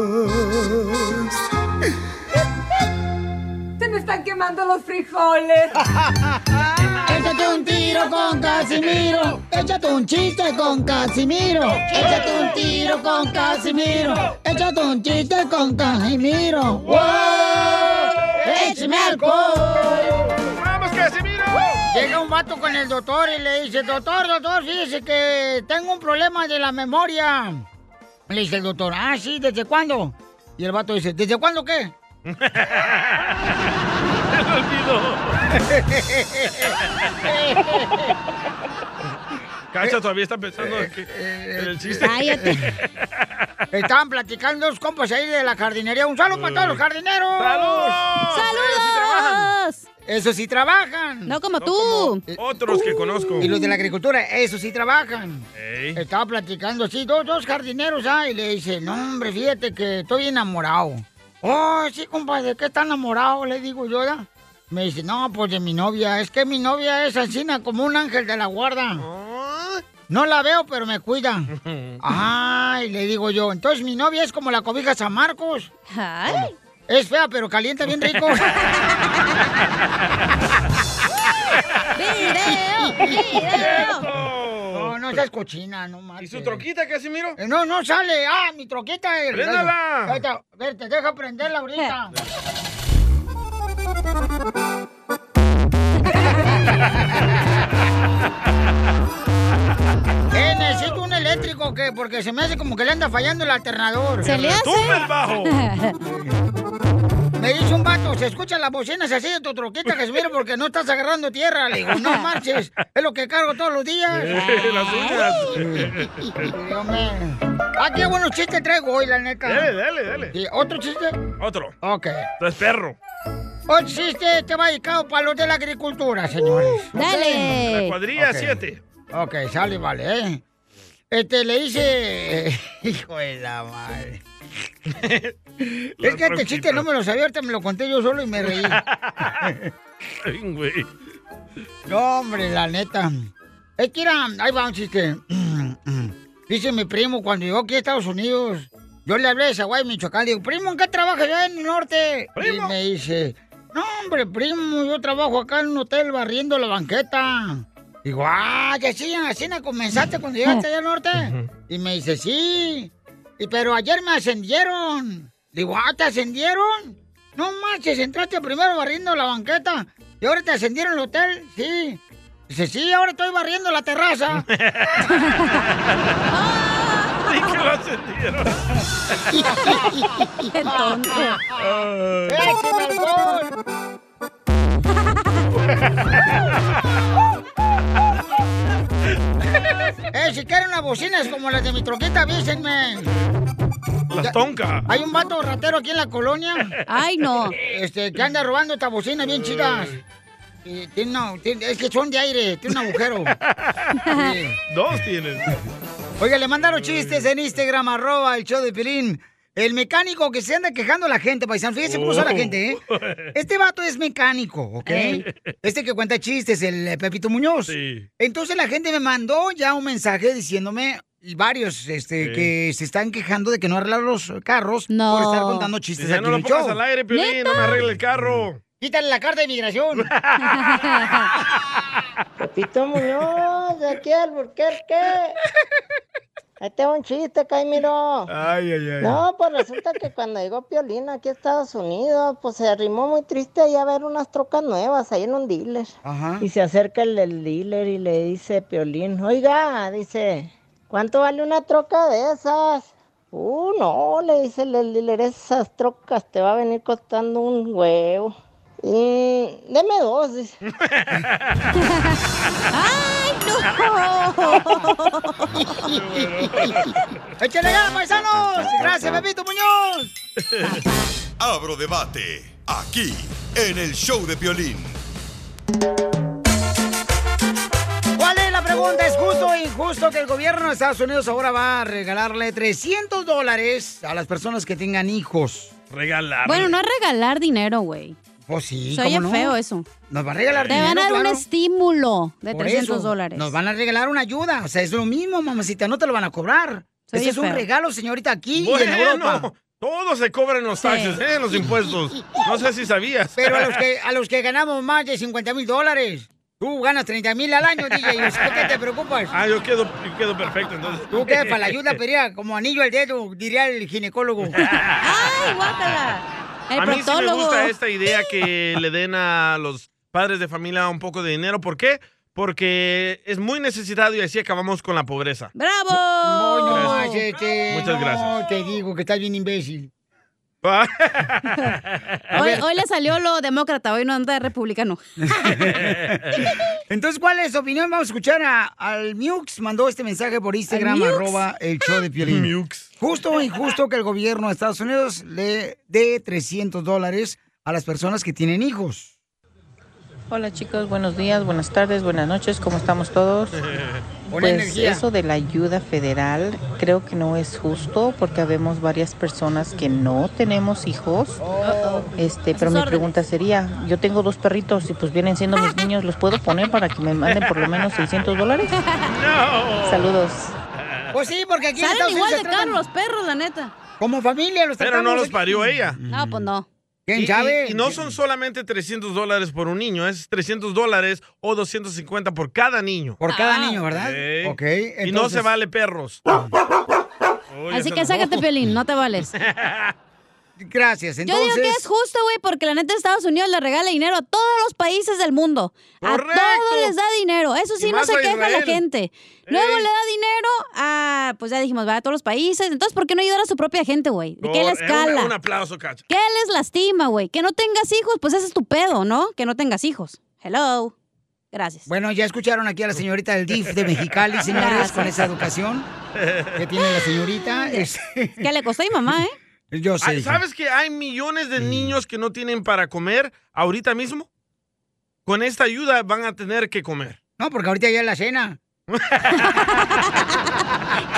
T: adorarlas.
A: Se me están quemando los frijoles. Échate un tiro con Casimiro. Échate un chiste con Casimiro. Échate un tiro con Casimiro. Échate un chiste con Casimiro. ¡Wow! ¡Échame alcohol!
B: ¡Vamos, Casimiro!
A: Llega un vato con el doctor y le dice, doctor, doctor, fíjese que tengo un problema de la memoria. Le dice el doctor, ah, sí, ¿desde cuándo? Y el vato dice, ¿desde cuándo qué?
B: ¡Se lo olvidó! Cacha todavía está pensando que- en el chiste.
A: Eh, Cállate. Estaban platicando dos compas ahí de la jardinería. Un saludo para todos los jardineros.
B: ¡Saludos!
A: ¡Saludos! Esos sí trabajan. No como tú. Eh, uh.
B: Otros que conozco.
A: Y los de la agricultura, esos sí trabajan. Estaba platicando así, dos, dos jardineros, ah, y le dice, no, hombre, fíjate que estoy enamorado. Oh, sí, compadre, ¿de qué está enamorado? Le digo yo, ¿da? Me dice, no, pues de mi novia. Es que mi novia es asesina como un ángel de la guarda.
B: ¿Ah?
A: No la veo, pero me cuida. Ay, le digo yo, entonces mi novia es como la cobija San Marcos. Es fea, pero calienta bien rico. No, no seas cochina, no mames. ¿Y su troquita, Casimiro? no, no sale. Ah, mi troquita. el-
B: Préndala.
A: Ahí está. Verte, deja prenderla ahorita. Eh, necesito un eléctrico que porque se me hace como que le anda fallando el alternador.
B: Se le hace. Retumba
A: pues,
B: el bajo.
A: Me dice un vato, se escuchan las bocinas así de tu troquita, Casimiro, porque no estás agarrando tierra. Le digo, no marches, es lo que cargo todos los días.
B: Las uñas.
A: Ah, qué buenos chistes traigo hoy, la neta.
B: Dale, dale, dale.
A: Sí, ¿Otro chiste?
B: Otro.
A: Ok.
B: Tú es perro.
A: Otro chiste te va dedicado para los de la agricultura, señores.
B: dale. La cuadrilla
A: Ok.
B: siete.
A: Ok, sale, vale, ¿eh? Este, le hice... Hijo de la madre. es que este chiste no me lo sabía, ahorita me lo conté yo solo y me reí.
B: Ay, güey.
A: No, hombre, la neta. Es que era, ahí va un chiste. Dice mi primo, cuando llegó aquí a Estados Unidos, yo le hablé de Zaguay, Michoacán. Digo, primo, ¿en qué trabajas allá en el norte? Y me dice, no, hombre, primo, yo trabajo acá en un hotel barriendo la banqueta. Digo, ah, ya sí, así na comenzaste cuando llegaste allá al norte. Y me dice, sí. Y pero ayer me ascendieron. Digo, ah, ¿te ascendieron? No manches, entraste primero barriendo la banqueta. Y ahora te ascendieron el hotel, sí. Dice, sí, ahora estoy barriendo la terraza.
B: Sí que lo ascendieron.
O: Qué tonto.
A: ¡Écheme alcohol! Eh, si quieren unas bocinas como las de mi troqueta, avísenme.
B: Las tonca.
A: Hay un vato ratero aquí en la colonia.
B: Ay, no.
A: Este, que anda robando estas bocinas bien chidas. Y tiene una- tiene- es que son de aire, tiene un agujero. Sí.
B: Dos tienes.
A: Oiga, le mandaron chistes en Instagram, arroba el show de Pilín. El mecánico que se anda quejando a la gente, paisano. Fíjese cómo son la
O: Oh.
A: gente, ¿eh? Este vato es mecánico, ¿ok?
O: Ey.
A: Este que cuenta chistes, el eh, Pepito Muñoz. Entonces la gente me mandó ya un mensaje diciéndome y varios este,
B: Sí.
A: que se están quejando de que no arreglan los carros por estar contando chistes
B: Ya
A: aquí
B: no
A: en
B: lo
A: el
B: pongas
A: show. Mm.
B: al aire, Piolín, no me arregle el carro.
A: Quítale la carta de migración.
U: Pepito Muñoz, de aquí al Burquerque. Ahí tengo un chiste, Caimiro.
B: Ay, ay, ay.
U: No, pues resulta que cuando llegó Piolín aquí a Estados Unidos, pues se arrimó muy triste ahí a ver unas trocas nuevas ahí en un dealer. Y se acerca el, del dealer y le dice Piolín, oiga, dice, ¿cuánto vale una troca de esas? Uh, no, le dice el del dealer, esas trocas te va a venir costando un huevo. Mm, deme dos, dice.
O: ¡Ay,
A: ¡Échale ganas, paisanos! ¡Gracias, Pepito Muñoz!
E: Abro debate aquí en el show de Piolín.
A: ¿Cuál es la pregunta? ¿Es justo o injusto que el gobierno de Estados Unidos ahora va a regalarle 300 dólares a las personas que tengan hijos?
B: Regalar.
C: Bueno, no es regalar dinero, güey.
A: Pues sí,
C: Soy
A: ¿cómo no?
C: feo eso.
A: Nos va a regalar
C: Te
A: dinero,
C: van a dar
A: claro.
C: un estímulo de
A: Por
C: 300
A: eso,
C: dólares.
A: Nos van a regalar una ayuda. O sea, es lo mismo, mamacita. No te lo van a cobrar.
C: Soy
A: Ese es un
C: feo.
A: regalo, señorita, aquí y en Europa.
B: Bueno, todo se cobra en los
A: Sí.
B: taxes, ¿eh? En los impuestos. No sé si sabías.
A: Pero a los que, a los que ganamos más de 50 mil dólares, tú ganas 30 mil al año, DJ. O sea, ¿Qué te preocupas?
B: Ah, yo quedo, yo quedo perfecto, entonces.
A: Tú que para la ayuda, pedía como anillo al dedo, diría el ginecólogo.
C: ¡Ay, guácala! El
B: a mí sí me
C: proctólogo.
B: gusta esta idea que le den a los padres de familia un poco de dinero. ¿Por qué? Porque es muy necesitado y así acabamos con la pobreza.
C: ¡Bravo!
A: No, no
B: Gracias.
A: más, este,
B: Muchas
A: no,
B: gracias.
A: te digo que estás bien imbécil.
C: Hoy, hoy le salió lo demócrata, hoy no anda de republicano.
A: Entonces, ¿cuál es su opinión? Vamos a escuchar a, al Mux. Mandó este mensaje por Instagram,
C: ¿Al Mux?
A: arroba el show de Piolín. Justo o injusto que el gobierno de Estados Unidos le dé 300 dólares a las personas que tienen hijos.
V: Hola chicos, buenos días, buenas tardes, buenas noches, ¿cómo estamos todos?
A: Buena
V: Pues
A: energía.
V: eso de la ayuda federal creo que no es justo porque habemos varias personas que no tenemos hijos. Este, pero
W: sus
V: mi
W: órdenes.
V: pregunta sería, yo tengo dos perritos y pues vienen siendo mis niños, ¿los puedo poner para que me manden por lo menos 600 dólares? Saludos.
A: Pues sí, porque aquí en
C: Salen
A: Estados
C: igual
A: Unidos
C: de
A: se
C: caros
A: tratan
C: los perros, la neta.
A: como familia. Los
B: Pero
A: tratamos
B: no los
A: aquí.
B: parió ella.
C: No, pues no.
B: Y- y- Y, no son solamente 300 dólares por un niño, es 300 dólares o 250 por cada niño.
A: Por cada
C: Ah.
A: niño, ¿verdad?
B: Sí.
A: Ok,
B: Y no
A: entonces-
B: se vale perros. Uy,
C: Así
B: esa
C: que
B: no.
C: sácate, Pelín, no te vales.
A: Gracias,
C: Yo digo que es justo, güey, porque la neta Estados Unidos le regala dinero a todos los países del mundo. A todos les da dinero. Eso
V: Y
C: sí, no
V: más
C: se
V: a
C: queja la
V: Israel.
C: gente. Luego le da dinero a, pues ya dijimos, va a todos los países. Entonces, ¿por qué no ayudar a su propia gente, güey? ¿De qué
B: Por-
C: les
B: eh,
C: cala?
B: Un, un aplauso, Cacha.
C: ¿Qué les lastima, güey? Que no tengas hijos, pues ese es tu pedo, ¿no? Que no tengas hijos. Hello. Gracias.
A: Bueno, ya escucharon aquí a la señorita del DIF de Mexicali, señores,
C: Gracias.
A: con esa educación que tiene la señorita. Es-
C: Que le costó a mi mamá, ¿eh?
A: Yo Mm. sé.
B: Ay,
A: hija.
B: ¿Sabes que hay millones de niños que no tienen para comer ahorita mismo? Con esta ayuda van a tener que comer.
A: No, porque ahorita ya es la cena.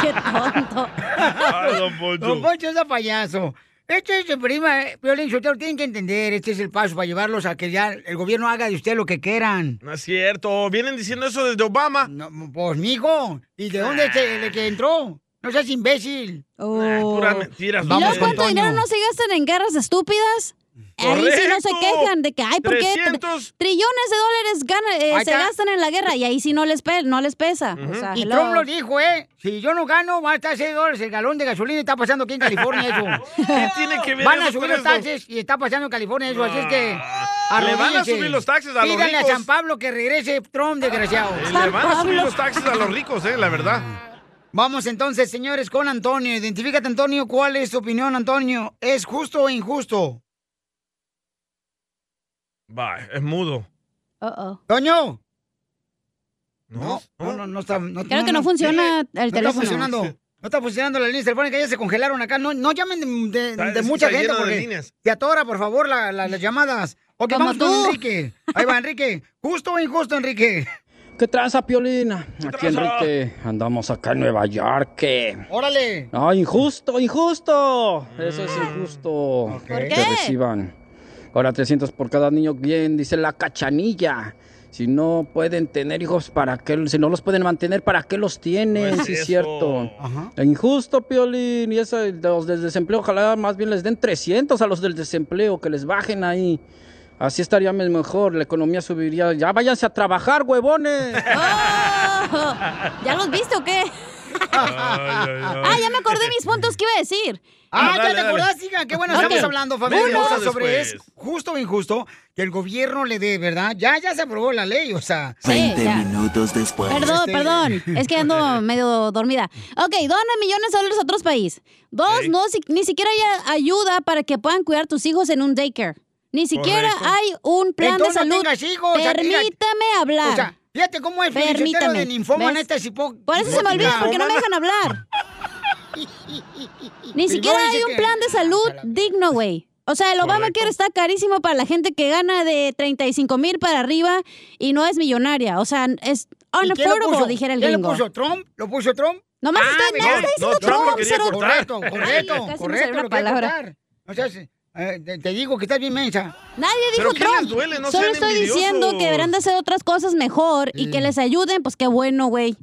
C: Qué tonto.
B: Ay, don Poncho.
A: Don Poncho es un payaso. Este es el prima, eh, Piolín Sotelo, tienen que entender, este es el paso para llevarlos a que ya el gobierno haga de usted lo que quieran.
B: No es cierto, vienen diciendo eso desde Obama.
A: pues, mijo, ¿y de dónde se- de que entró? Oh. No seas imbécil.
C: Oh.
B: Pura mentira.
C: ¿Y
B: Vamos
C: luego Pues
B: con
C: cuánto
B: Toño.
C: dinero no se gastan en guerras estúpidas? Ahí sí no se
B: Correcto.
C: quejan de que, ay, ¿por qué tr-
B: 300.
C: trillones de dólares gana- eh,
A: Ahí
C: se
A: está.
C: gastan en la guerra? Y ahí sí no les, pe- no les pesa. O sea,
A: Y
C: hello.
A: Trump lo dijo, ¿eh? Si yo no gano, va a estar 6 dólares el galón de gasolina y está pasando aquí en California eso.
B: ¿Qué tiene que ver
A: Van a
B: eso
A: subir
B: con
A: los
B: esto?
A: taxes y está pasando en California eso, así es que...
B: Le van a
A: arrodíllense.
B: subir los taxes a los
A: Pídanle a
B: ricos.
A: San Pablo que regrese Trump, desgraciado.
B: Eh, Le van a subir los taxes a los ricos, eh, la verdad.
A: Vamos entonces, señores, con Antonio. Identifícate, Antonio. ¿Cuál es tu opinión, Antonio? ¿Es justo o injusto?
B: Va, es mudo.
A: Toño.
B: No,
A: no, no, no está. No,
C: Creo que no funciona el
A: No
C: teléfono.
A: está funcionando. No está funcionando la línea telefónica, ya se congelaron acá. No, no llamen de, de-
B: Está-
A: de
B: está
A: mucha gente
B: lleno de
A: porque
B: líneas.
A: te atora, por favor, la- la- las llamadas. Ok,
B: Como
A: vamos
B: tú.
A: con Enrique. Ahí va, Enrique. ¿Justo o injusto, Enrique?
H: ¿Qué traza, Piolina? Aquí Enrique, andamos acá en Nueva York. ¿qué?
A: ¡Órale!
H: No, injusto, injusto. Eso es injusto. Mm. ¿Por Que qué? reciban. Ahora 300 por cada niño, bien, dice la cachanilla. Si no pueden tener hijos, ¿para qué? Si no los pueden mantener, ¿para qué los
B: Pues
H: tienen? No es sí, Pues eso. es cierto. E
A: Ajá.
H: Injusto, Piolín. Y eso, de los del desempleo, ojalá más bien les den 300 a los del desempleo, que les bajen ahí. Así estaría mejor, la economía subiría. Ya váyanse a trabajar, huevones.
C: ¿Ya los viste o qué? Ah, ya me acordé mis puntos que iba a decir.
A: Ah,
C: ya
A: ya te acordaste, hija. Qué bueno,
C: Ok.
A: estamos hablando, familia.
C: Uno,
A: hermosa, sobre
B: pues.
A: es justo o injusto que el gobierno le dé, ¿verdad? Ya, ya se aprobó la ley, o sea.
W: 20
C: ya.
W: minutos después.
C: Perdón,
A: Este,
C: perdón. Es que ando medio dormida. Ok, dona millones de dólares a otros países. Dos, no, si- ni siquiera hay ayuda para que puedan cuidar tus hijos en un daycare. Ni siquiera
A: Correcto.
C: hay un plan
A: Entonces,
C: de
A: no
C: salud.
A: tengas hijos, o sea, mira,
C: Permítame hablar.
A: o sea, fíjate cómo el felicitero
C: Permítame.
A: de ninfómana,
C: ¿Ves?
A: esta es hipo-
C: Por eso se me olvida,
A: hipócrita.
C: porque no me dejan hablar. Ni
A: Y
C: siquiera
A: luego
C: hay
A: dice
C: un
A: que- Ah,
C: plan de salud digno, güey. O sea, el Obamacare está carísimo para la gente que gana de 35 mil para arriba y no es millonaria. O sea, es
A: ¿Y quién lo puso?
C: unaffordable, dijera el
A: ¿Quién
C: gringo.
A: lo puso? ¿Trump? ¿Lo puso Trump?
C: No más
A: Ah,
C: estoy- nada
A: mira.
C: está No, no, diciendo Trump lo Trump, quería cero- cortar.
A: Correcto,
C: Ay,
A: correcto,
C: casi me salió
A: correcto.
C: una
A: Lo quería
C: palabra.
A: cortar. O sea, si- eh, te, te digo que estás bien mensa.
C: Nadie dijo Trump. Solo estoy diciendo que deberán de hacer otras cosas mejor y
A: Mm.
C: que les ayuden, pues qué bueno, güey.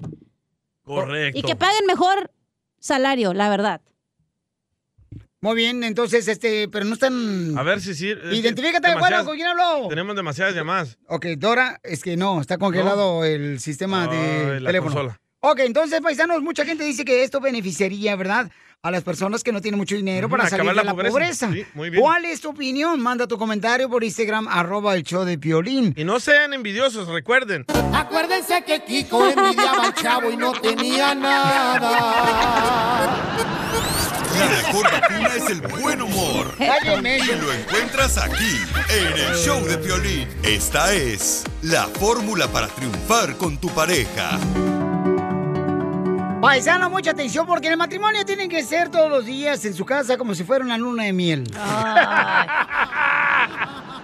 B: Correcto.
C: Y que paguen mejor salario, la verdad.
A: Muy bien, entonces, este, pero no están...
B: A ver si sí. es que
A: Identifícate, bueno,
B: demasiadas-
A: ¿con quién habló?
B: Tenemos demasiadas llamadas.
A: Ok, Dora, es que no, está congelado Oh, el sistema de
B: Ay, la
A: teléfono.
B: consola.
A: Ok, entonces, paisanos, mucha gente dice que esto beneficiaría, ¿verdad? A las personas que no tienen mucho dinero
B: Ujú,
A: para
B: acabar
A: salir de
B: la
A: la
B: pobreza.
A: pobreza.
B: Sí, muy bien.
A: ¿Cuál es tu opinión? Manda tu comentario por Instagram, arroba el show de Piolín.
B: Y no sean envidiosos, recuerden.
X: Acuérdense que Kiko envidiaba al chavo y no tenía nada.
E: La mejor vacuna es el buen humor.
X: Cálleme.
E: Y lo encuentras aquí, en el show de Piolín. Esta es la fórmula para triunfar con tu pareja.
A: Paisano, mucha atención porque en el matrimonio tienen que ser todos los días en su casa como si fuera una luna de miel.
C: Ah.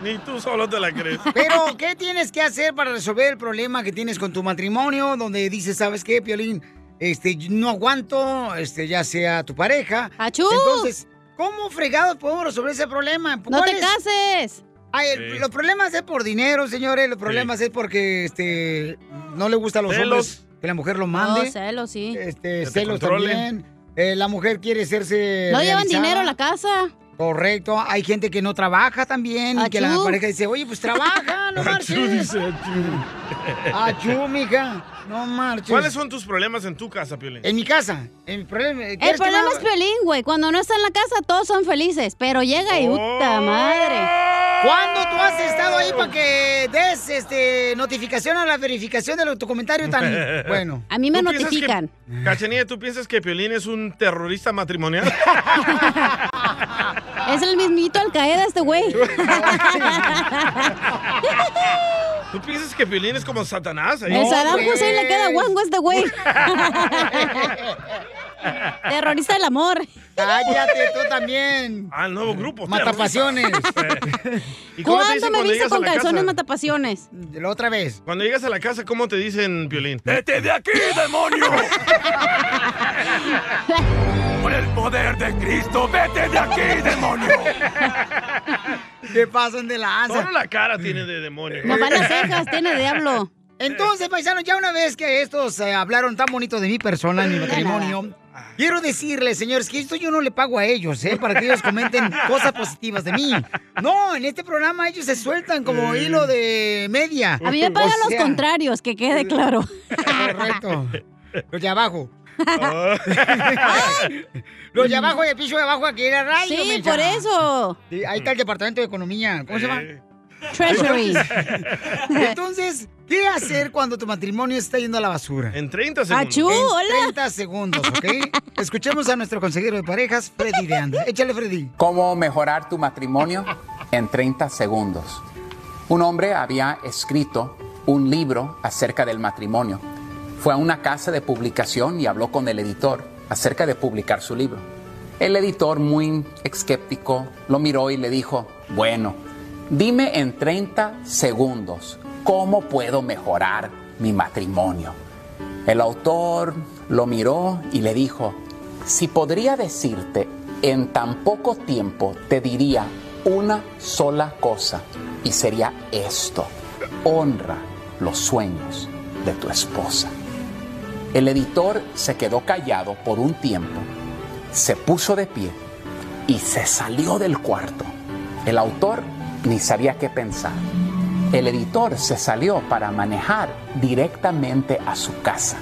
B: Ni tú solo te la crees.
A: Pero, ¿qué tienes que hacer para resolver el problema que tienes con tu matrimonio? Donde dices, ¿sabes qué, Piolín? Este, no aguanto, este, ya sea tu pareja. Entonces, ¿cómo fregados podemos resolver ese problema?
C: No te
A: cases!
C: Sí.
A: Los problemas es por dinero, señores. Los problemas es porque este, no le gusta a los
C: Celos.
A: hombres que la mujer lo mande.
C: No, celos, sí.
A: Este, celos también. Eh, la mujer quiere hacerse.
C: No llevan
A: realizada.
C: dinero a la casa.
A: Correcto, hay gente que no trabaja también y que la
C: Achú.
A: pareja dice, oye, pues trabaja, no
B: Achú,
A: marches.
B: dice
A: Achú, mija, no marches.
B: ¿Cuáles son tus problemas en tu casa, Piolín?
A: En mi casa, en mi problema.
C: El problema es Piolín, güey. Cuando no está en la casa, todos son felices. Pero llega y puta madre.
A: Oh. ¿Cuándo tú has estado ahí para que des este, notificación a la verificación de lo- tu comentario tan bueno?
B: ¿Tú piensas que- Cachanilla, ¿tú piensas que Piolín es un terrorista matrimonial?
C: Es el mismito Al Qaeda este güey.
B: ¿Tú piensas que Piolín es como Satanás? ahí?
C: el Saddam Hussein le queda guango a este güey. Terrorista del amor.
A: Cállate tú también.
B: Al Ah, nuevo grupo.
A: Matapasiones.
B: ¿Y cómo
C: ¿Cuándo
B: te dicen
C: me
B: cuando
C: viste
B: llegas a
C: con
B: la
C: calzones
B: casa?
C: matapasiones?
A: La otra vez.
B: Cuando llegas a la casa, ¿cómo te dicen, Piolín? ¡Vete de aquí, demonio!
G: Por el poder de Cristo, vete de aquí, demonio.
A: ¿Qué pasan de la
B: Solo la cara tiene de demonio.
A: Mamá
B: las
A: Entonces, paisanos, ya una vez que estos eh, hablaron tan bonito de mi persona en mi matrimonio, quiero decirles, señores, que esto yo no le pago a ellos, ¿eh? Para que ellos comenten cosas positivas de mí. No, en este programa ellos se sueltan como
C: Eh.
A: hilo de media.
C: A mí me pagan
A: O
C: los
A: sea,
C: contrarios, que quede claro.
A: Correcto. Los de abajo. Los de abajo y el piso de abajo aquí era radio.
C: Sí,
A: mensa.
C: por eso.
A: Sí, ahí está el Departamento de Economía. ¿Cómo se llama?
C: Treasury.
A: Entonces, ¿qué hacer cuando tu matrimonio está yendo a la basura?
B: En 30
A: segundos.
C: Achú, hola.
A: En 30 segundos, ¿ok? Escuchemos a nuestro consejero de parejas, Freddy de Anda. Échale, Freddy.
I: ¿Cómo mejorar tu matrimonio? En 30 segundos. Un hombre había escrito un libro acerca del matrimonio. Fue a una casa de publicación y habló con el editor acerca de publicar su libro. El editor, muy escéptico, lo miró y le dijo, bueno, dime en 30 segundos, ¿cómo puedo mejorar mi matrimonio? El autor lo miró y le dijo, si podría decirte en tan poco tiempo, te diría una sola cosa y sería esto, honra los sueños de tu esposa. El editor se quedó callado por un tiempo, se puso de pie y se salió del cuarto. El autor ni sabía qué pensar. El editor se salió para manejar directamente a su casa.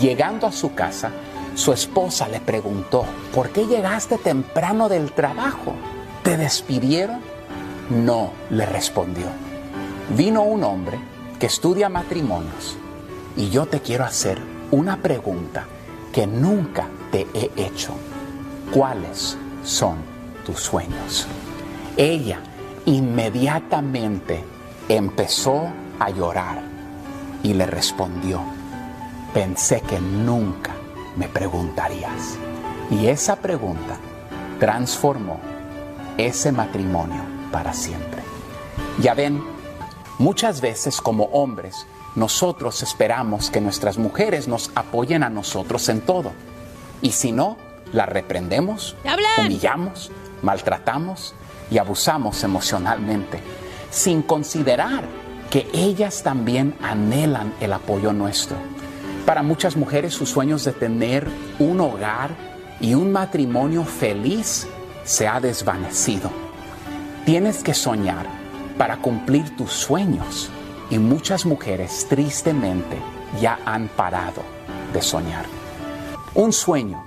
I: Llegando a su casa, su esposa le preguntó, ¿por qué llegaste temprano del trabajo? ¿Te despidieron? No, le respondió. Vino un hombre que estudia matrimonios y yo te quiero hacer una pregunta que nunca te he hecho. ¿Cuáles son tus sueños? Ella inmediatamente empezó a llorar y le respondió, pensé que nunca me preguntarías. Y esa pregunta transformó ese matrimonio para siempre. Ya ven, muchas veces como hombres, nosotros esperamos que nuestras mujeres nos apoyen a nosotros en todo. Y si no, la reprendemos, humillamos, maltratamos y abusamos emocionalmente, sin considerar que ellas también anhelan el apoyo nuestro. Para muchas mujeres sus sueños de tener un hogar y un matrimonio feliz se ha desvanecido. Tienes que soñar para cumplir tus sueños y muchas mujeres tristemente ya han parado de soñar. Un sueño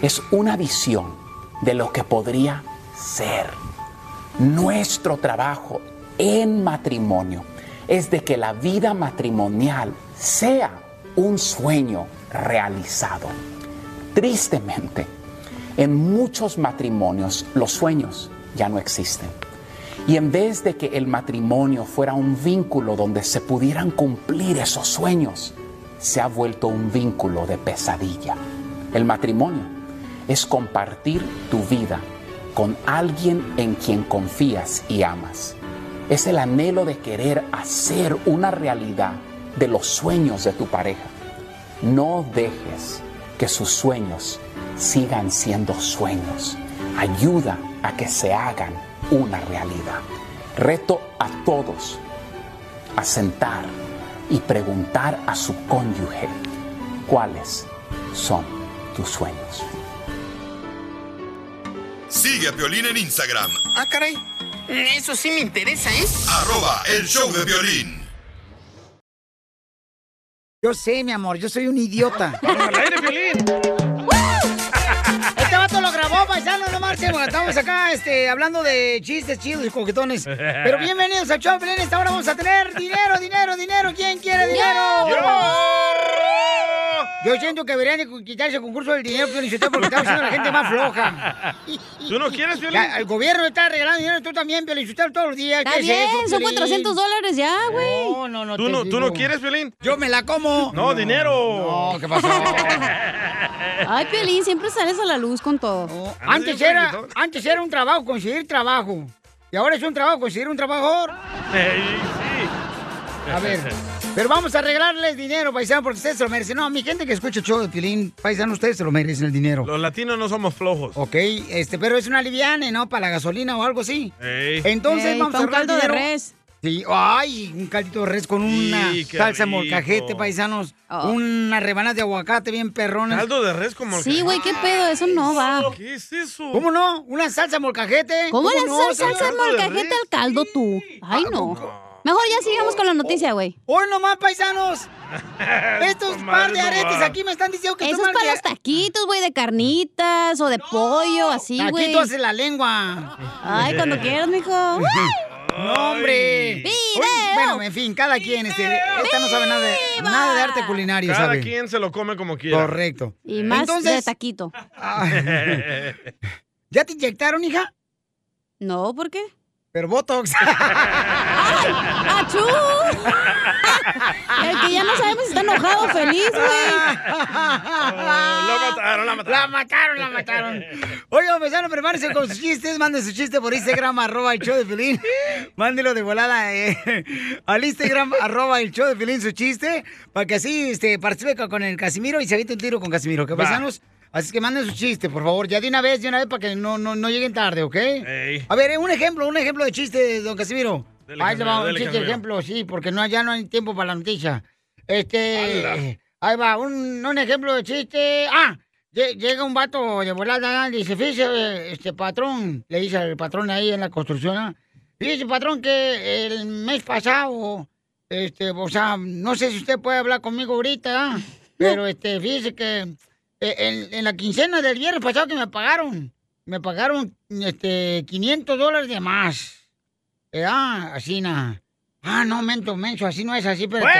I: es una visión de lo que podría ser. Nuestro trabajo en matrimonio es de que la vida matrimonial sea un sueño realizado. Tristemente, en muchos matrimonios los sueños ya no existen. Y en vez de que el matrimonio fuera un vínculo donde se pudieran cumplir esos sueños, se ha vuelto un vínculo de pesadilla. El matrimonio es compartir tu vida con alguien en quien confías y amas. Es el anhelo de querer hacer una realidad de los sueños de tu pareja. No dejes que sus sueños sigan siendo sueños. Ayuda a que se hagan una realidad. Reto a todos a sentar y preguntar a su cónyuge cuáles son tus sueños.
E: Sigue a Piolín en Instagram,
W: Ah, caray. Eso sí me interesa, ¿eh?
E: arroba el show de violín.
A: Yo sé, mi amor, yo soy un idiota. Este vato lo grabó, paisano, no marchen, porque estamos acá este, hablando de chistes chidos y coquetones. Pero bienvenidos al show, Pelín. Esta hora vamos a tener dinero, dinero, dinero. ¿Quién quiere dinero?
G: ¡Yo!
A: Yo siento que deberían de quitarse el concurso del dinero, Piolín, Sotelo, porque estamos haciendo a la gente más floja.
B: ¿Tú no quieres, Piolín?
A: Ya, el gobierno está regalando dinero, tú también, Piolín, Sotelo, todos los días.
C: Está
A: ¿Qué
C: bien,
A: es eso,
C: son
A: Piolín?
C: 400 dólares ya, güey.
A: No, no, no.
B: ¿Tú
A: te
B: no, ¿Tú no
A: digo.
B: quieres, Piolín?
A: Yo me la como.
B: No, dinero.
A: No, ¿qué pasó?
C: Ay, Piolín, siempre sales a la luz con todo.
A: Antes era, antes era un trabajo conseguir trabajo. Y ahora es un trabajo conseguir un trabajador. A ver. Pero vamos a arreglarles dinero, paisano, porque ustedes se lo merecen. No, mi gente que escucha el show de Piolín, paisano, ustedes se lo merecen el dinero.
B: Los latinos no somos flojos.
A: Ok, este, pero es una liviane, ¿no? Para la gasolina o algo así.
B: Ey.
A: Entonces
C: Ey,
A: vamos a
C: pa' un
A: ahorrar
C: caldo de
A: dinero.
C: res.
A: Sí, ay, un caldito de res con una
B: Sí, qué
A: salsa
B: rico.
A: molcajete, paisanos.
C: Oh.
A: Una rebanada de aguacate bien perrona.
B: Caldo de res como el
C: Sí, güey, qué pedo, eso no va.
B: ¿Qué es eso?
A: ¿Cómo no? ¿Una salsa molcajete?
C: ¿Cómo le
A: no? Ah,
C: haces salsa molcajete al caldo tú? Ay, no. Mejor ya sigamos con la noticia, güey.
A: ¡Hoy nomás, paisanos! Estos par de aretes aquí me están diciendo que
C: Eso
A: estoy
C: es
A: mal
C: para
A: que-
C: los taquitos, güey, de carnitas o de pollo, así,
A: Aquí
C: güey.
A: tú haces la lengua.
C: Ay, cuando quieras, mijo. ¡Uy!
A: Eh. ¡No, hombre! Uy, Bueno, en fin, cada quien. Este, esta no sabe nada de, nada de arte culinario,
B: Cada
A: ¿sabe?
B: quien se lo come como quiera.
A: Correcto.
C: Y más de
A: Entonces-
C: taquito.
A: ¿Ya te inyectaron, hija?
C: No, ¿por qué?
A: Pero Botox.
C: ¡Achú! El que ya no sabemos si está enojado o feliz, güey.
B: La mataron, Oh, la mataron.
A: La mataron, la mataron. Oigan, paisano, prepárense con sus chistes. Manden sus chistes por Instagram, arroba el show de Pelín. Mándelo de volada eh, al Instagram, arroba el show de Pelín, su chiste. Para que así este, participe con- con el Casimiro y se aviente un tiro con Casimiro. ¿Qué
B: Va.
A: paisanos? Así que manden sus chistes, por favor. Ya de una vez, de una vez, para que no, no, no lleguen tarde, ¿ok? A ver, eh, un ejemplo, un ejemplo de chiste, don Casimiro.
B: Dele,
A: ahí le va
B: Casimiro,
A: un
B: dele,
A: chiste,
B: Casimiro.
A: ejemplo, sí, porque no, ya no hay tiempo para la noticia. Este.
B: ¡Hala!
A: Ahí va, un, un ejemplo de chiste. Ah, lle- llega un vato de volada, ¿no? dice, fíjese, eh, este patrón, le dice al patrón ahí en la construcción, ¿no? fíjese, patrón, que el mes pasado, este, o sea, no sé si usted puede hablar conmigo ahorita, ¿ah? pero este, fíjese que eh, en, en la quincena del viernes pasado que me pagaron, me pagaron este, 500 dólares de más. Eh, ah, así nada. Ah, no, mento, menso, así no es así, pero... Este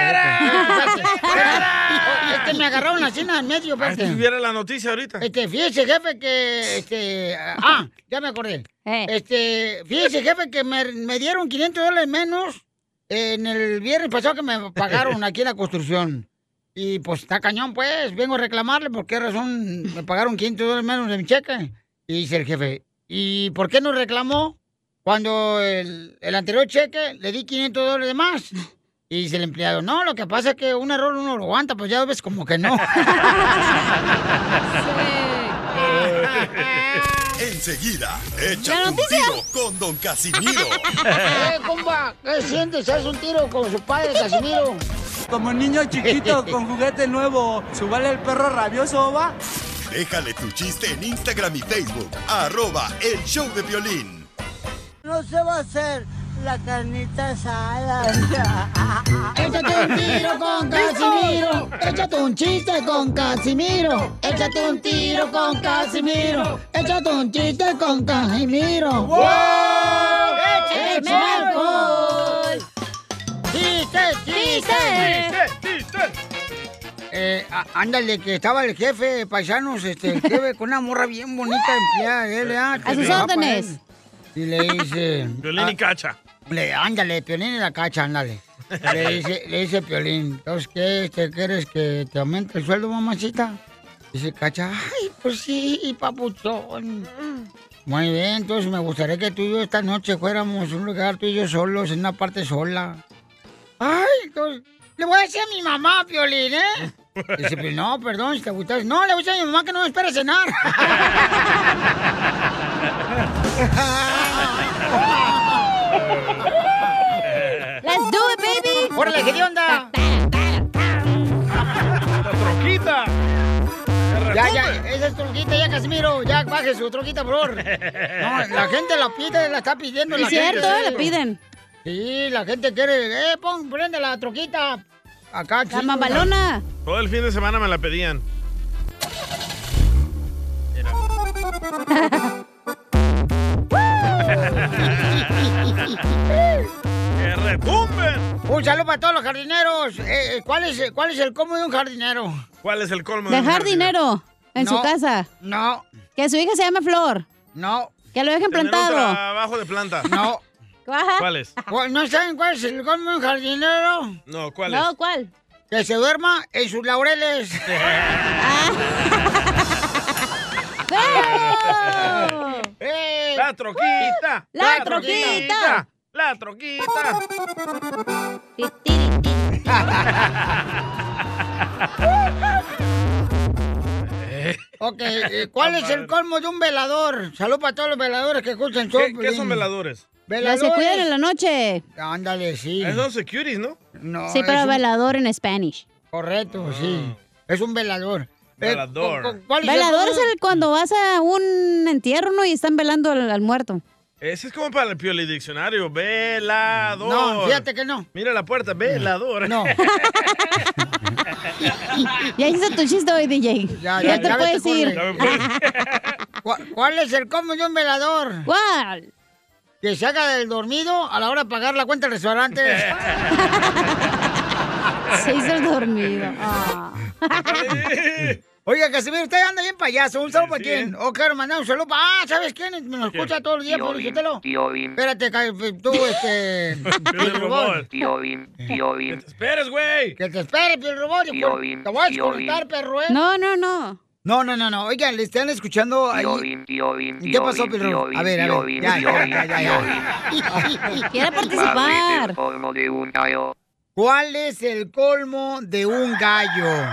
A: me agarraron la cena en medio,
B: Ah, si
A: espérate.
B: hubiera la noticia ahorita.
A: Este, fíjese, jefe, que. Este. Ah, ya me acordé. Este, fíjese, jefe, que me, me dieron 500 dólares menos en el viernes pasado que me pagaron aquí en la construcción. Y pues está cañón, pues. Vengo a reclamarle por qué razón me pagaron 500 dólares menos de mi cheque. Y dice el jefe, ¿y por qué no reclamó cuando el, el anterior cheque le di 500 dólares de más? Y dice el empleado, no, lo que pasa es que un error uno lo aguanta, pues ya ves como que no. Eh,
E: Enseguida, échate un
A: noticia.
E: tiro con Don Casimiro.
A: Eh, compa, ¿qué sientes? ¿Haz un tiro con su padre, Casimiro?
D: Como niño chiquito con juguete nuevo, subale el perro rabioso, va.
E: Déjale tu chiste en Instagram y Facebook, arroba el show de violín.
J: No se va a hacer la carnita asada.
A: Échate un tiro con Casimiro. Échate un chiste con Casimiro. Échate un tiro con Casimiro. Échate un chiste con Casimiro. ¡Wow!
D: ¡Échame
A: alcohol! ¡Chiste, chiste! Eh, a- ándale, que estaba el jefe, paisanos, este, el jefe con una morra bien bonita empleada, eh, le da-
C: A sus
A: guapa,
C: órdenes.
A: eh. Y le dice...
B: Violín y
A: ah,
B: cacha.
A: le, ándale, Piolín y la cacha, ándale. Le dice, le dice Piolín, ¿entonces qué? Este, ¿Quieres que te aumente el sueldo, mamacita? Dice Cacha, ay, pues sí, papuchón. Muy bien, entonces me gustaría que tú y yo esta noche fuéramos a un lugar tú y yo solos, en una parte sola. Ay, entonces, le voy a decir a mi mamá, Piolín, ¿eh? Dice Piolín, no, perdón, si te gustas. No, le voy a decir a mi mamá que no me espera a cenar.
C: Let's do it, baby.
A: ¡Órale, qué onda! ¡La troquita! Ya, ya, esa es troquita, ya, Casimiro. Ya, baje su troquita, por favor. No, la gente la pide, la está pidiendo.
C: Es
A: la gente,
C: cierto,
A: ¿eh?
C: la piden.
A: Sí, la gente quiere. ¡Eh, pon, prende la troquita! Acá, chico.
B: Todo el fin de semana me la pedían. ¡Que retumben!
A: Un saludo para todos los jardineros. Eh, eh, ¿cuál, es, ¿Cuál es el cómo de un jardinero?
B: ¿Cuál es el colmo? de un
C: Dejar
B: jardinero?
C: dinero en
A: No,
C: su casa.
A: No.
C: Que su hija se llame Flor.
A: No.
C: Que lo dejen
B: Tener un
C: plantado.
B: trabajo de planta.
A: No.
B: ¿Cuál es?
A: ¿No saben cuál es el colmo de un jardinero?
B: No, ¿cuál
A: ¿cuál? Que se duerma en sus laureles.
B: es? ¡Eh! La troquita.
C: La troquita.
B: La troquita.
A: Ok, eh, ¿cuál es el colmo de un velador? Salud para todos los veladores que escuchan el show,
B: ¿Qué, qué son
A: Piolín.
B: veladores?
C: Los que cuidan en la noche.
A: Ándale, sí.
B: Es los securities, ¿no?
A: No,
C: Sí, pero
A: es un-
C: velador en Spanish.
A: Correcto, sí. Es un velador.
B: Ah.
A: Eh,
B: Velador.
A: ¿cu- cu- cuál es el
C: Velador es
A: colmo?
C: el cuando vas a un entierro ¿no? y están velando al, al muerto.
B: Ese es como para el pioli diccionario. Velador.
C: No, fíjate
A: que no.
B: Mira la puerta, velador.
A: No.
C: Ya hiciste tu chiste hoy, DJ.
A: Ya,
C: Ya,
A: ya,
C: te
A: ya
C: puedes
A: vete con
C: ir.
A: él. ¿Cu- ¿Cuál es el colmo de un velador?
C: ¿Cuál?
A: Que se haga del dormido a la hora de pagar la cuenta del restaurante.
C: Se hizo el dormido. Ah.
A: Oiga, Casimiro, usted anda bien payaso. Un saludo para quién. Ok, hermano, un saludo para. Ah, ¿sabes quién? Me lo escucha todo el día, por dijételo.
W: ¿eh? Tío Bim.
A: Espérate, ca- eh, tú, este. el robot. Eh.
W: Tío Bim. Tío Bim.
B: Esperes, güey.
A: Que te espere, el robot.
W: Tío
A: por-
W: Bim,
A: Te voy a
W: tío Bim.
A: desconectar, perro. ¿eh?
C: No, no, no.
A: No, no, no, no. Oigan, le están escuchando ahí.
W: Tío Bim. Tío Bim.
A: ¿Qué
W: tío
A: pasó,
W: Bim,
A: Pedro?
W: tío Bim,
A: A ver, a
W: tío
A: ver,
W: Bim,
A: ya,
W: tío
A: ya,
W: Bim,
A: ya, ya,
W: tío
A: ya.
C: Quiere
W: Madre,
C: participar.
W: el colmo de un gallo.
A: ¿Cuál es el colmo de un gallo?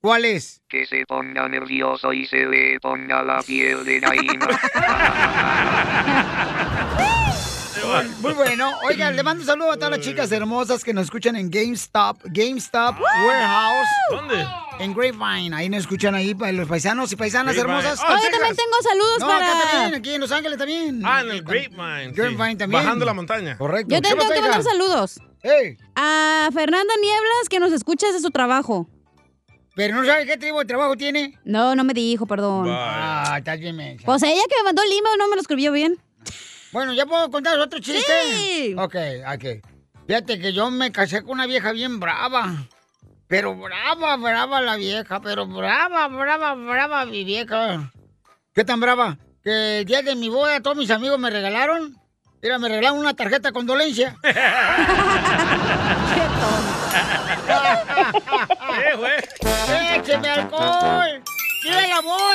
A: ¿Cuál es?
W: Que se ponga nervioso y se le ponga la piel de gallina.
A: Muy bueno. Oigan, le mando un saludo a todas las chicas hermosas que nos escuchan en GameStop, GameStop Warehouse.
B: ¿Dónde?
A: En Grapevine. Ahí nos escuchan ahí pa- los paisanos y paisanas
B: Grapevine.
A: hermosas.
B: Ah, en Oye, también Texas.
C: tengo saludos
A: no,
C: para-
A: acá también, aquí en Los Ángeles también.
B: Ah, en el Grapevine. sí.
A: Grapevine también.
B: Bajando la montaña.
A: Correcto.
C: Yo te tengo que mandar saludos.
A: ¡Ey!
C: A Fernanda Nieblas, que nos escucha desde su trabajo.
A: Pero no sabe qué tipo de trabajo tiene.
C: No, no me dijo, perdón.
A: Ah, estás bien mensa.
C: Pues ella que me mandó el email no me lo escribió bien.
A: Bueno, ¿ya puedo contar otro chiste? Sí. Ok, ok. Fíjate que yo me casé con una vieja bien brava. Pero brava, brava la vieja. Pero brava, brava, brava mi vieja. ¿Qué tan brava? Que el día de mi boda todos mis amigos me regalaron. Mira, me regalaron una tarjeta de condolencia.
B: Eh, güey.
A: ¡Écheme alcohol! ¡Quiero el amor!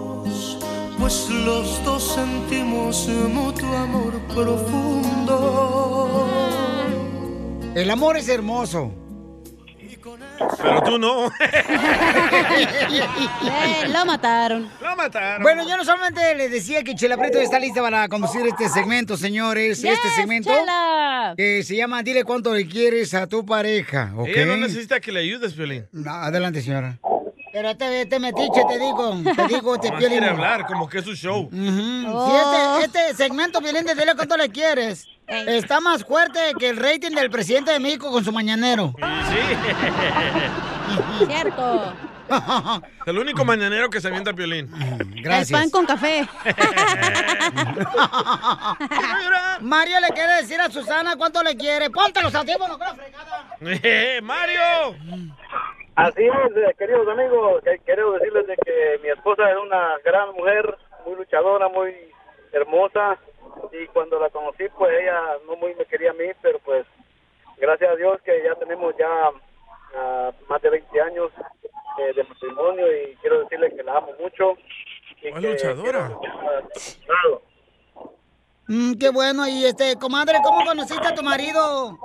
K: pues los dos sentimos mutuo amor profundo.
A: El amor es hermoso.
B: Pero tú no.
C: Eh, lo mataron.
B: Lo mataron.
A: Bueno, yo no solamente les decía que Chela Prieto está lista para conducir este segmento, señores. este segmento que se llama Dile cuánto le quieres a tu pareja, ¿ok?
B: Ella no necesita que le ayudes, Piolín.
A: Adelante, señora. Pero te, te metiche, te digo. Te digo, te
B: Nomás
A: pierde.
B: quiere hablar, como que es su show. Oh.
C: Oh.
A: Sí, este, este segmento violín de Dile cuánto le quieres. Está más fuerte que el rating del presidente de México con su mañanero.
C: Cierto.
B: El único mañanero que se avienta Piolín.
C: El pan con café.
A: Mario le quiere decir a Susana cuánto le quiere. Ponte los audífonos, crack.
B: ¡Eh, ¡Mario!
N: Así es, eh, queridos amigos, que- quiero decirles de que mi esposa es una gran mujer, muy luchadora, muy hermosa y cuando la conocí pues ella no muy me quería a mí, pero pues gracias a Dios que ya tenemos ya ah, más de 20 años eh, de matrimonio y quiero decirle que la amo mucho. Y
B: ¿Cuál
N: que
B: luchadora?
N: quiero luchar hasta el final.
A: Mm, qué bueno. Y este, comadre, ¿cómo conociste a tu marido?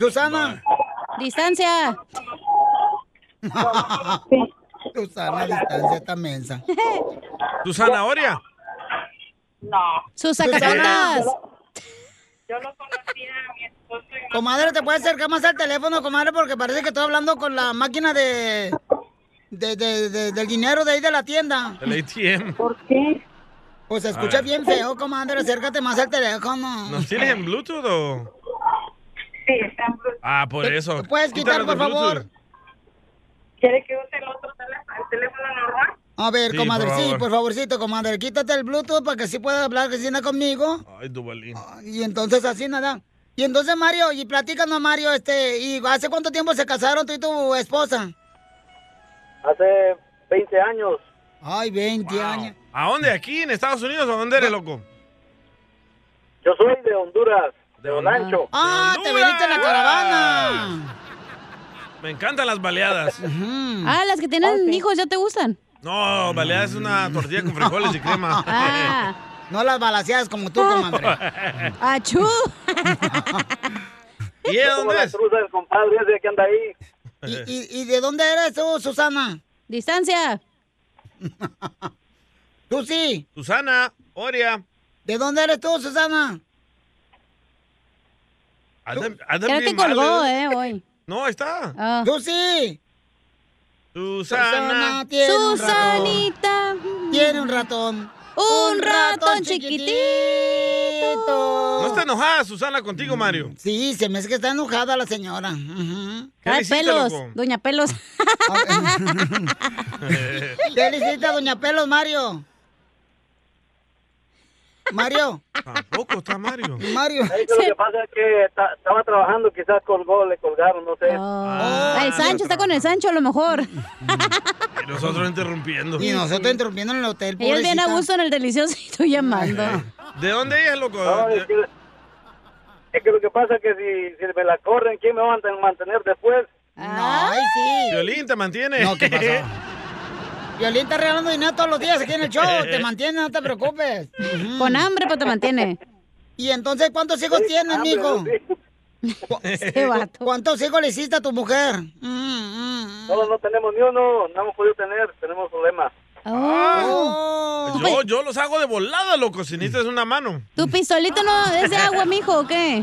A: Susana.
C: Distancia.
A: Susana, distancia esta mensa.
B: ¿Tu zanahoria?
K: No.
C: Sus
A: sacacatas.
K: Yo lo conocí a mi esposo y
A: Comadre, ¿te puedes acercar más al teléfono, comadre? Porque parece que estoy hablando con la máquina de, de, de- de- del dinero de ahí de la tienda.
B: El ATM.
K: ¿Por qué?
A: Pues se
B: A
A: escucha
B: ver.
A: bien feo, comadre. Acércate más al teléfono.
B: ¿Nos tienes en Bluetooth o...?
K: Sí, está en Bluetooth.
B: Ah, por eso.
A: puedes quitar,
B: Quítalo de
A: por favor?
B: Bluetooth.
K: ¿Quiere que use el otro teléfono, el teléfono normal?
A: A ver,
B: Sí,
A: comadre,
B: por
A: sí,
B: favor.
A: por favorcito, comadre, quítate el Bluetooth para que así pueda hablar Cristina conmigo.
B: Ay, Dubalín.
A: Y entonces así nada. Y entonces Mario, y platícanos Mario, este, ¿y hace cuánto tiempo se casaron tú y tu esposa?
N: Hace 20 años.
A: Ay, 20 años.
B: ¿A dónde? ¿Aquí en Estados Unidos? ¿A dónde eres, loco?
N: Yo soy de Honduras, de Honancho.
A: ¡Ah, te viniste en la caravana!
B: Me encantan las baleadas.
C: Ah, las que tienen hijos ya te gustan.
B: No, baleadas es una tortilla con frijoles y crema.
A: Ah, no las balaseadas como tú, comadre. ¡Achú!
B: ¿Y él dónde es?
N: el compadre ese que anda ahí.
A: ¿Y, y de dónde eres tú, Susana? Distancia. ¿Tú sí?
B: Susana, Oria.
A: ¿De dónde eres tú, Susana?
B: Andan- andan
C: Creo
B: bien
C: que colgó,
B: mal,
C: eh, hoy. Ah.
B: No, ahí está.
A: ¡Tú sí!
B: Susana.
A: tiene un
C: Susanita.
A: ratón. Tiene un ratón.
C: Un ratón chiquitito.
B: No está enojada Susana
A: Mm.
B: contigo, Mario.
A: Sí, se me hace que está enojada la señora. Ujú.
B: ¿Qué le hiciste, loco?
A: doña Pelos. ¿Qué le hiciste a doña Pelos, Mario? Mario.
B: Tampoco está Mario.
A: Mario.
N: Ahí Lo que pasa es que ta- estaba trabajando, quizás colgó, le colgaron, no sé.
A: Ah.
B: Ah,
C: Ah, el Sancho está con el Sancho a lo mejor.
B: Y nosotros interrumpiendo.
A: Y nosotros interrumpiendo en el hotel.
C: Ellos bien a
A: pobrecita.
C: gusto en el delicioso y tú llamando.
B: ¿De dónde ella, loco?
N: No, es, que, es que lo que pasa es que si, si me la corren, ¿quién me va a mantener después?
A: Ay, sí.
B: Violín te mantiene.
A: No, ¿qué pasó? Violín está regalando dinero todos los días aquí en el show. Te mantiene, no te preocupes.
C: Con hambre, pues te mantiene.
A: Y entonces, ¿cuántos hijos tienes,
C: hambre,
A: mijo?
C: Este vato.
A: ¿Cuántos hijos le hiciste a tu mujer? mm,
N: No, no tenemos ni uno, no hemos podido tener, tenemos problemas.
C: Oh. pues.
B: Yo, yo los hago de volada, loco, si
A: Mm.
B: necesitas una mano.
C: ¿Tu pistolito no es de agua, mijo, o qué?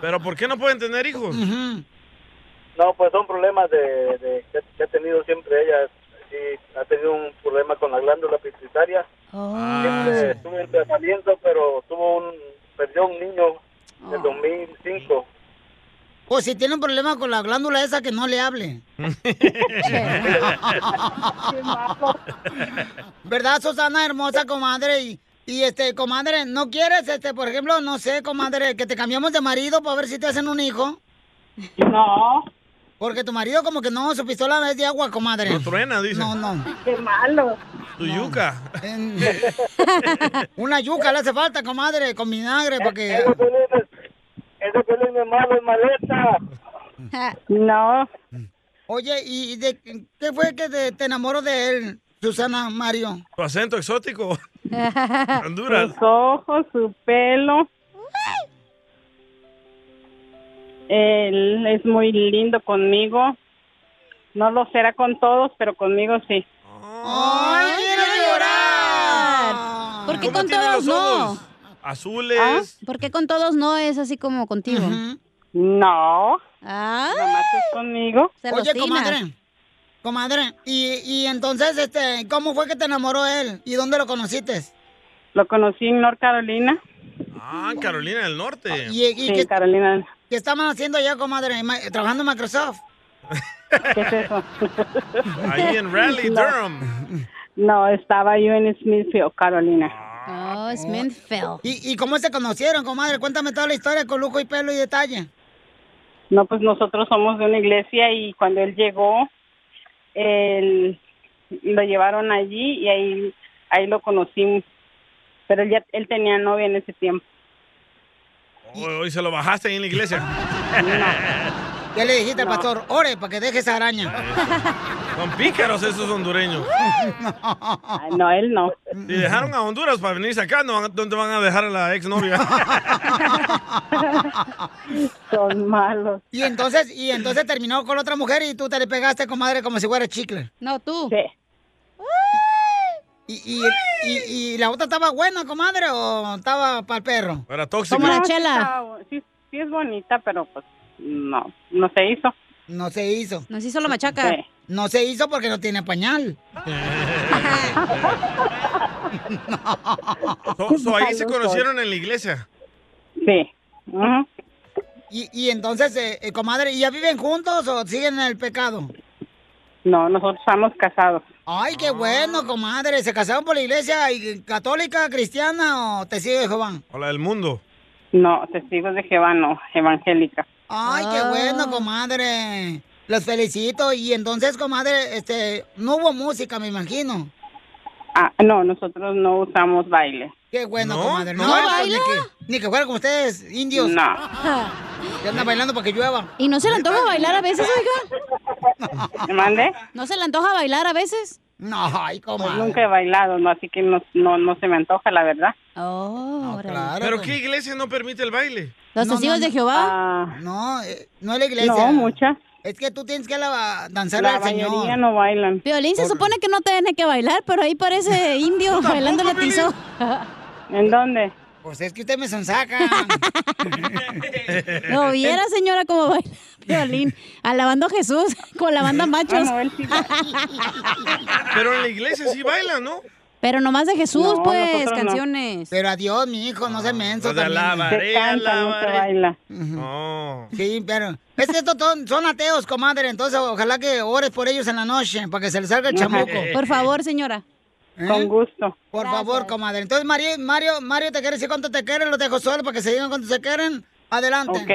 B: Pero ¿por qué no pueden tener hijos?
N: No, pues son problemas de, de- que, que ha tenido siempre ella. Sí, ha tenido un problema con la glándula pituitaria.
B: Ah,
N: Siempre estuvo en tratamiento, pero tuvo un, perdió un niño en
A: Oh.
N: el 2005.
A: O Pues si tiene un problema con la glándula esa, que no le hable. ¿Verdad, Susana, hermosa comadre? Y, y, este, comadre, ¿no quieres, este, por ejemplo, no sé, comadre, que te cambiamos de marido para ver si te hacen un hijo? No. Porque tu marido como que no, su pistola es de agua, comadre.
B: No truena, dice.
A: No, no. Qué malo.
B: Tu yuca.
A: Una yuca le hace falta, comadre, con vinagre, para que...
N: Ese pelín es malo, es maleta.
A: No. Oye, ¿y de qué fue que te, te enamoró de él, Susana Mario?
B: Tu acento exótico. Honduras.
F: Sus ojos, su pelo. Él es muy lindo conmigo. No lo será con todos, pero conmigo sí.
A: ¡Ay, quiero Ah.
C: llorar! ¿Por qué
B: ¿Cómo
C: con
B: tiene
C: todos no?
B: los
C: ¿Ah?
B: ojos? Azules.
C: ¿Por qué con todos no es así como contigo?
F: No.
C: Ah.
F: conmigo.
A: Oye,
C: Celostina.
A: comadre. Comadre, y, y entonces, este, ¿cómo fue que te enamoró él? ¿Y dónde lo conociste?
F: Lo conocí en North Carolina.
B: Ah, Carolina del Norte.
A: Ah, ¿Y, y
F: Sí,
A: qué,
F: Carolina.
A: qué estaban haciendo allá, comadre? en ma- ¿Trabajando en Microsoft?
F: ¿Qué es eso?
B: Ahí en Raleigh,
F: No.
B: Durham.
F: Ah. No, estaba yo en Smithfield, Carolina.
B: Ah.
A: Oh, Smithfield. ¿Y, ¿Y cómo se conocieron, comadre? Cuéntame toda la historia con lujo y pelo y detalle.
F: No, pues nosotros somos de una iglesia y cuando él llegó, él- lo llevaron allí y ahí, ahí lo conocí. Pero él, ya, él tenía novia en ese tiempo.
B: Hoy, hoy se lo bajaste ahí en la iglesia.
A: ¿Qué le dijiste al pastor? Ore, para que deje esa araña.
B: Son pícaros esos hondureños.
F: no, él no.
B: Si dejaron a Honduras para venirse acá, ¿no van- ¿dónde van a dejar a la exnovia?
F: Son malos.
A: Y entonces, y entonces terminó con otra mujer y tú te le pegaste, comadre, como si fuera chicle.
C: No, tú.
A: Y, y, y- y la otra estaba buena, comadre, o estaba para el perro?
B: Era tóxica.
F: No, sí está- Sí, sí es bonita, pero pues no, no se hizo.
A: No se hizo.
C: Nos hizo la machaca.
F: Sí.
A: No se hizo porque no tiene pañal.
B: So- so ahí se conocieron en la iglesia.
F: Sí.
A: y, y entonces, eh, eh, comadre, ¿y ya viven juntos o siguen en el pecado?
F: No, nosotros estamos casados.
A: Ay, qué bueno, comadre. ¿Se casaron por la iglesia y católica, cristiana o testigo de Jehová?
B: Hola del mundo.
F: No, testigos de Jehová no, evangélica.
A: Ay,
F: Ah.
A: qué bueno, comadre. Los felicito. Y entonces, comadre, este, no hubo música, me imagino.
F: Ah, no, nosotros no usamos baile.
A: Qué bueno,
F: ¿No?
A: comadre.
F: ¿No
A: pues,
F: baila?
A: Ni que, ni que fuera como ustedes, indios.
F: No.
A: Que andan bailando para que llueva.
C: ¿Y no se le antoja bailar a veces, oiga?
F: ¿Mande?
C: ¿No se le antoja bailar a veces?
A: No, ay,
F: Pues nunca he bailado, no, así que no, no, no se me antoja, la verdad.
C: Oh,
B: ¿Pero qué iglesia no permite el baile?
A: Jehová? No, eh, no es la iglesia.
F: Ah. No, muchas.
A: Es que tú tienes que la- danzar
F: La
A: al Señor.
F: mayoría no bailan.
C: Violín se supone que no tiene que bailar, pero ahí parece indio bailando el tizo.
F: ¿En dónde?
A: Pues es que usted me sonsaca.
B: Eh,
C: No viera, señora, cómo baila Violín. Alabando a Jesús con la banda machos.
B: Ah, no, él Pero en la iglesia sí bailan, ¿no?
C: Pero nomás de Jesús,
B: No,
C: pues,
B: nosotros no.
C: canciones.
A: Pero adiós, mi hijo, no se menso.
B: Lo de
A: también.
B: alabaré, Se canta, no se alabaré.
F: baila.
A: Sí, pero es que estos ton- son ateos, comadre, entonces ojalá que ores por ellos en la noche para que se les salga el
C: Ajá.
A: chamuco. ¿Eh?
C: Por favor, señora.
F: Con gusto.
A: Por favor, comadre. Entonces, Mario, Mario, Mario, ¿te quiere decir cuánto te quieren? Los dejo solo para que se digan cuánto se quieren. Adelante.
F: Ok.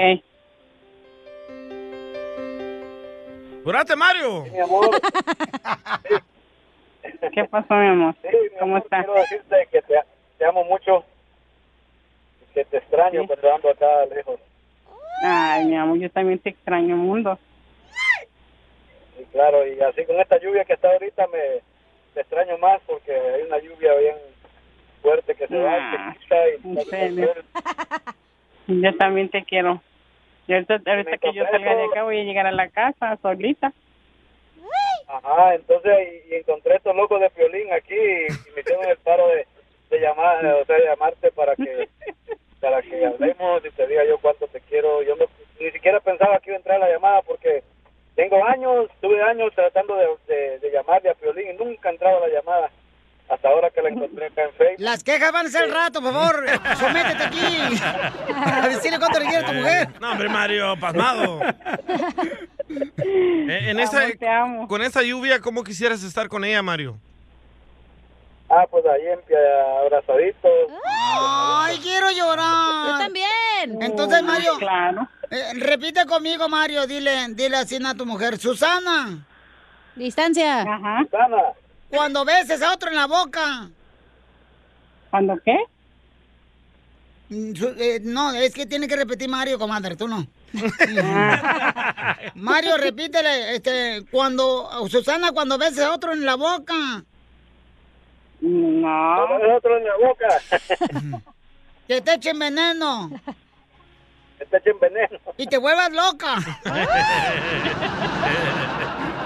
B: ¡Durate, Mario!
N: Mi amor,
F: ¿Qué pasó, mi amor?
N: sí, mi
F: ¿Cómo
N: amor,
F: está?
N: quiero decirte que te, te amo mucho, que te extraño,
F: Sí.
N: pero ando acá lejos.
F: Ay, mi amor, yo también te extraño, mundo.
N: Y claro, y así con esta lluvia que está ahorita me, me extraño más porque hay una lluvia bien fuerte que se va,
F: Ah,
N: que quita y
F: en serio. Yo también te quiero. Y ahorita, ahorita que yo salga de acá voy a llegar a la casa solita.
N: Ajá, entonces y, y encontré estos locos de violín aquí y, y me hicieron el paro de, de llamar, o sea, de llamarte para que para que hablemos y te diga yo cuánto te quiero. Yo no- ni siquiera pensaba que iba a entrar la llamada porque tengo años, tuve años tratando de, de, de llamarle a Piolín y nunca entraba la llamada hasta ahora que la encontré acá en Facebook.
A: Las quejas van a ser al rato, por favor. Sométete aquí. A decirle cuánto le quiere a tu mujer.
B: No, hombre, Mario, pasmado. Eh, en esa, Con esa lluvia, ¿cómo quisieras estar con ella, Mario?
N: Ah, pues ahí en pie- abrazaditos.
A: Ay, quiero llorar. Yo
C: también.
A: Entonces, Mario.
F: Claro.
A: eh, repite conmigo, Mario. Dile, dile así a tu mujer. Susana.
C: Distancia.
N: Susana.
A: Cuando beses a otro en la boca.
F: ¿Cuándo qué?
A: Mm, su- eh, no, es que tiene que repetir Mario, comadre, tú no.
F: Ah.
A: Mario, repítele, este, cuando, Susana, cuando beses a otro en la boca,
F: No.
N: Con otro en la boca.
A: Ah. que te echen veneno.
N: Que te echen veneno.
A: Y te vuelvas loca.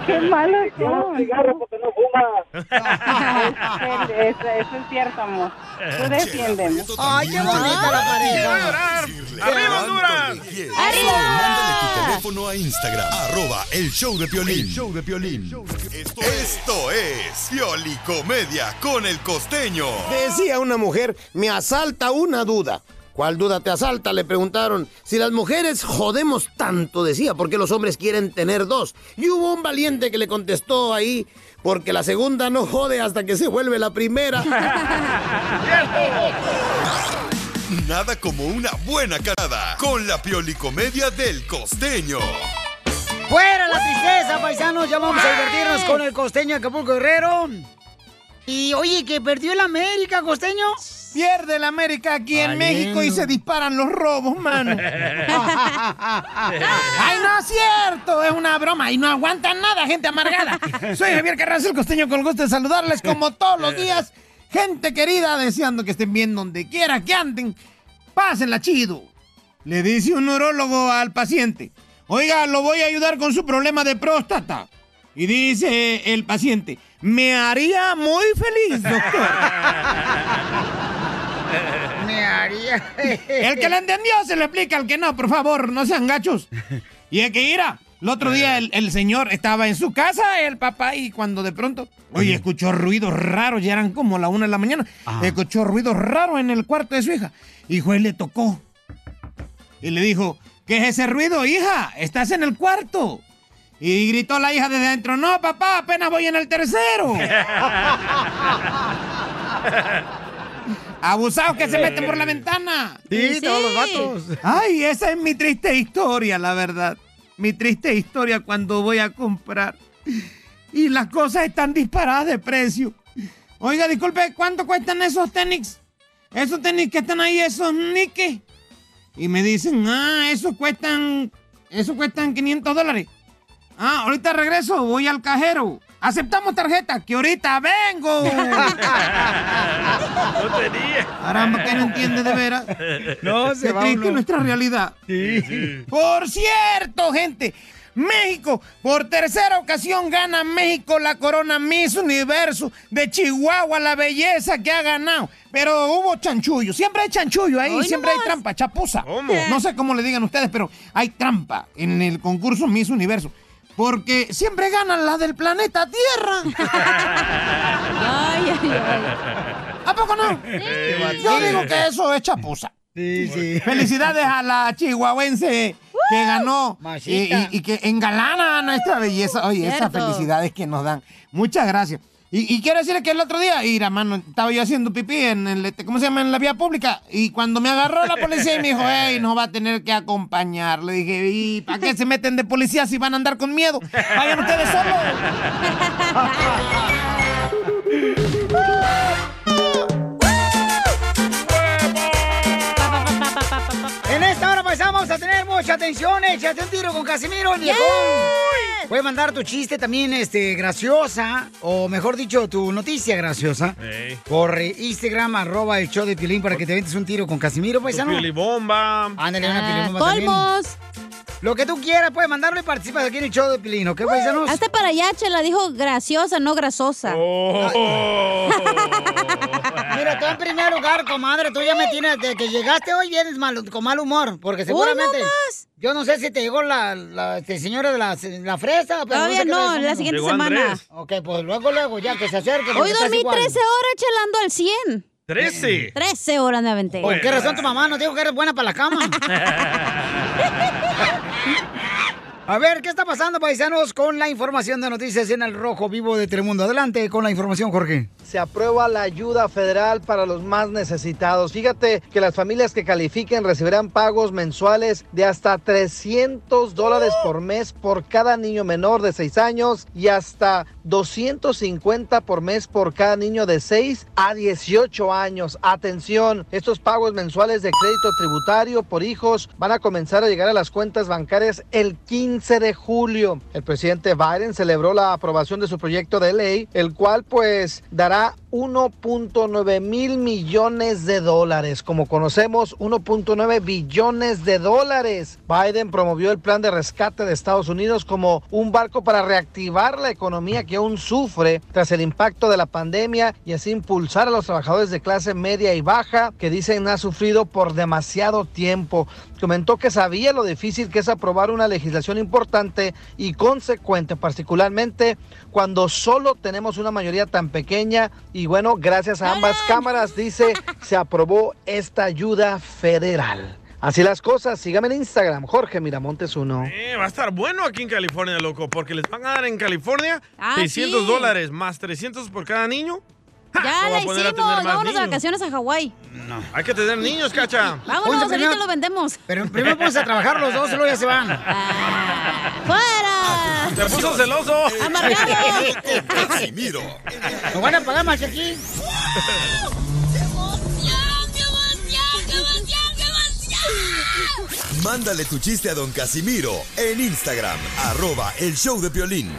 F: Qué malo
N: No, cigarro porque no fuma.
F: Eso, eso Este, es cierto, amor. Tú defiéndeme.
A: Ay, qué bonita la pareja.
E: ¡Arriba, Honduras! Mándale tu teléfono a Instagram. Arroba el show de Piolín. show de Piolín. Esto es Piolicomedia con el costeño.
R: Decía una mujer, me asalta una duda. ¿Cuál duda te asalta? Le preguntaron. Si las mujeres jodemos tanto, decía, porque los hombres quieren tener dos. Y hubo un valiente que le contestó ahí, porque la segunda no jode hasta que se vuelve la primera.
E: Nada como una buena carada con la Piolicomedia del costeño.
A: Fuera la tristeza, paisanos, ya vamos a divertirnos con el costeño de Acapulco Guerrero. Y oye, que perdió el América, costeño.
P: Pierde el América aquí en México y se disparan los robos, mano. ¡Ay, no es cierto! Es una broma y no aguantan nada, gente amargada. Soy Javier Carranza, el costeño, con el gusto de saludarles como todos los días. Gente querida, deseando que estén bien donde quiera que anden. Pásenla chido. Le dice un neurólogo al paciente. Oiga, lo voy a ayudar con su problema de próstata. Y dice el paciente, me haría muy feliz, doctor.
A: Me haría.
P: El que le entendió se lo explica, al que no, por favor, no sean gachos. Y es que ira. El otro día el, el señor estaba en su casa, el papá, y cuando de pronto, oye, escuchó ruidos raros, ya eran como la una de la mañana, escuchó ruidos raros en el cuarto de su hija. Y juez le tocó. Y le dijo, ¿qué es ese ruido, hija? Estás en el cuarto. Y gritó la hija desde adentro, no, papá, apenas voy en el tercero. Abusados que se meten por la ventana.
A: Sí, Sí. todos los vatos.
P: Ay, esa es mi triste historia, la verdad. Mi triste historia cuando voy a comprar. Y las cosas están disparadas de precio. Oiga, disculpe, ¿cuánto cuestan esos tenis? Esos tenis que están ahí, esos Nike. Y me dicen, ah, esos cuestan, esos cuestan 500 dólares. Ah, ahorita regreso, voy al cajero. Aceptamos tarjeta, que ahorita vengo.
R: no tenía.
P: Caramba, que no entiende de veras.
R: No,
P: Qué
R: se va
P: triste
R: uno.
P: nuestra realidad.
R: sí.
P: Por cierto, gente, México, por tercera ocasión gana México la corona Miss Universo de Chihuahua, la belleza que ha ganado. Pero hubo chanchullo, siempre hay chanchullo ahí,
R: Hoy
P: siempre hay
R: nomás.
P: trampa, chapuza. No sé cómo le digan ustedes, pero hay trampa en el concurso Miss Universo. Porque siempre ganan las del planeta Tierra.
R: ay,
P: ¿A poco no? Yo digo que eso es chapuza. Felicidades a la chihuahuense que ganó y,
R: Machita.
P: y- y que engalana nuestra belleza. Oye, esas
R: Cierto.
P: felicidades que nos dan. Muchas gracias. Y, y quiero decirle que el otro día, mira, mano, estaba yo haciendo pipí en el, este, ¿cómo se llama? En la vía pública. Y cuando me agarró la policía y me dijo, hey, no va a tener que acompañar. Le dije, ¿y para qué se meten de policía si van a andar con miedo? Vayan ustedes solos.
A: En esta hora pues vamos a tener mucha atención. Échate un tiro con Casimiro, el viejón. Puedes mandar tu chiste también, este, graciosa, o mejor dicho, tu noticia graciosa. Por eh, Instagram, arroba el show de Piolín para que te ventes un tiro con Casimiro, paisano.
B: Piolibomba.
A: Ándale, una
B: Ah,
A: piolibomba también. Lo que tú quieras, puedes mandarlo y participas aquí en el show de Piolín, ¿ok, paisanos?
C: Hasta para allá, Chela, dijo graciosa, no grasosa.
B: Oh.
A: Mira, tú en primer lugar, comadre, tú ya me tienes, desde que llegaste hoy vienes mal- con mal humor, porque seguramente...
C: Hoy
A: Yo no sé si te llegó la, la este, señora de la, la fresa. Pero
C: Todavía
A: sé qué
C: no,
A: le dejó.
C: la siguiente Llegó semana. Andrés.
A: Ok, pues luego, luego, ya que se acerque.
C: Hoy dormí 13 horas chelando al 100.
B: Trece.
C: 13 horas me aventé.
A: ¿Por qué razón tu mamá nos dijo que eres buena para la cama? A ver, ¿qué está pasando, paisanos, con la información de noticias en el Rojo Vivo de Telemundo? Adelante con la información, Jorge.
F: se aprueba la ayuda federal para los más necesitados. Fíjate que las familias que califiquen recibirán pagos mensuales de hasta 300 dólares por mes por cada niño menor de 6 años y hasta 250 por mes por cada niño de 6 a 18 años. Atención, estos pagos mensuales de crédito tributario por hijos van a comenzar a llegar a las cuentas bancarias el 15 de julio. El presidente Biden celebró la aprobación de su proyecto de ley, el cual pues dará 1.9 mil millones de dólares. Como conocemos, 1.9 billones de dólares. Biden promovió el plan de rescate de Estados Unidos como un barco para reactivar la economía que aún sufre tras el impacto de la pandemia y así impulsar a los trabajadores de clase media y baja que dicen ha sufrido por demasiado tiempo. Comentó que sabía lo difícil que es aprobar una legislación importante y consecuente, particularmente cuando solo tenemos una mayoría tan pequeña. Y bueno, gracias a ambas cámaras, dice, se aprobó esta ayuda federal. Así las cosas, sígame en Instagram, Jorge Miramontes 1.
B: Eh, va a estar bueno aquí en California, loco, porque les van a dar en California
C: Ah,
B: 600
C: sí.
B: dólares más 300 por cada niño. Ja,
C: Ya
B: no va
C: la
B: a poder
C: hicimos,
B: atender más
C: vámonos de
B: niños.
C: vacaciones a Hawái.
B: Hay que tener niños, cacha.
C: Vámonos, ahorita lo vendemos.
A: Pero primero vamos a trabajar los dos, luego ya se van.
C: ¡Fuera!
B: Se puso celoso.
E: Casimiro.
A: ¿Nos van a pagar más aquí?
E: Mándale tu chiste a don Casimiro en Instagram, arroba el show de Piolín.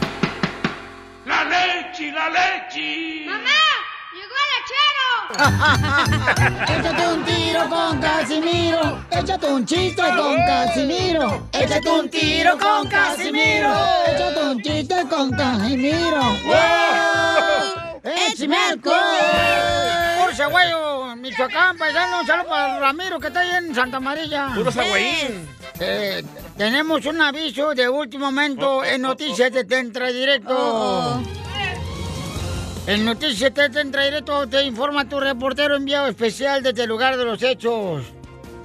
R: ¡La leche, la leche! ¡Mamá!
A: Échate un tiro con Casimiro. Échate un chiste con Casimiro. Échate un tiro con Casimiro. Échate un chiste con Casimiro. ¡Wow! ¡Échame alcohol! Por Saguayo, Michoacán, paisano, un saludo para Ramiro que está ahí en Santa María.
R: Puro saguayín.
A: Eh, tenemos un aviso de último momento en Noticias de Tentra Directo. En Noticias de Tentra Directo te informa tu reportero enviado especial desde el lugar de los hechos.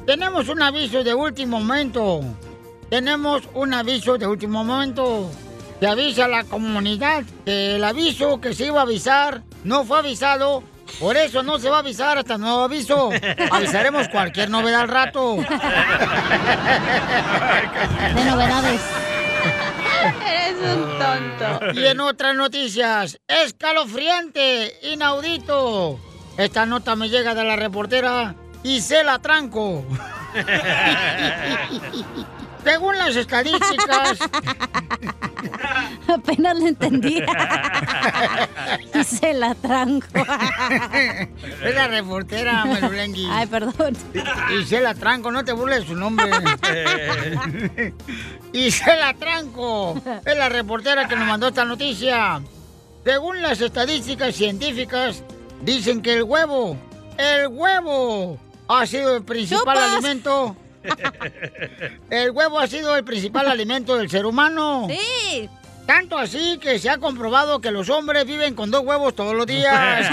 A: Tenemos un aviso de último momento. Tenemos un aviso de último momento. Se avisa a la comunidad que el aviso que se iba a avisar no fue avisado. Por eso no se va a avisar hasta nuevo aviso. Avisaremos cualquier novedad al rato.
C: De novedades.
A: Eres un tonto. Y en otras noticias, escalofriante, inaudito. Esta nota me llega de la reportera Isela Tranco. Según las estadísticas,
C: Apenas lo entendí. y se la tranco.
A: es la reportera Marulengui.
C: Ay, perdón.
A: Isela Tranco, no te burles de su nombre. Isela Tranco es la reportera que nos mandó esta noticia. Según las estadísticas científicas, dicen que el huevo, el huevo, ha sido el principal
C: ¡Chupas!
A: alimento. El huevo ha sido el principal alimento del ser humano.
C: Sí.
A: Tanto así que se ha comprobado que los hombres viven con dos huevos todos los días.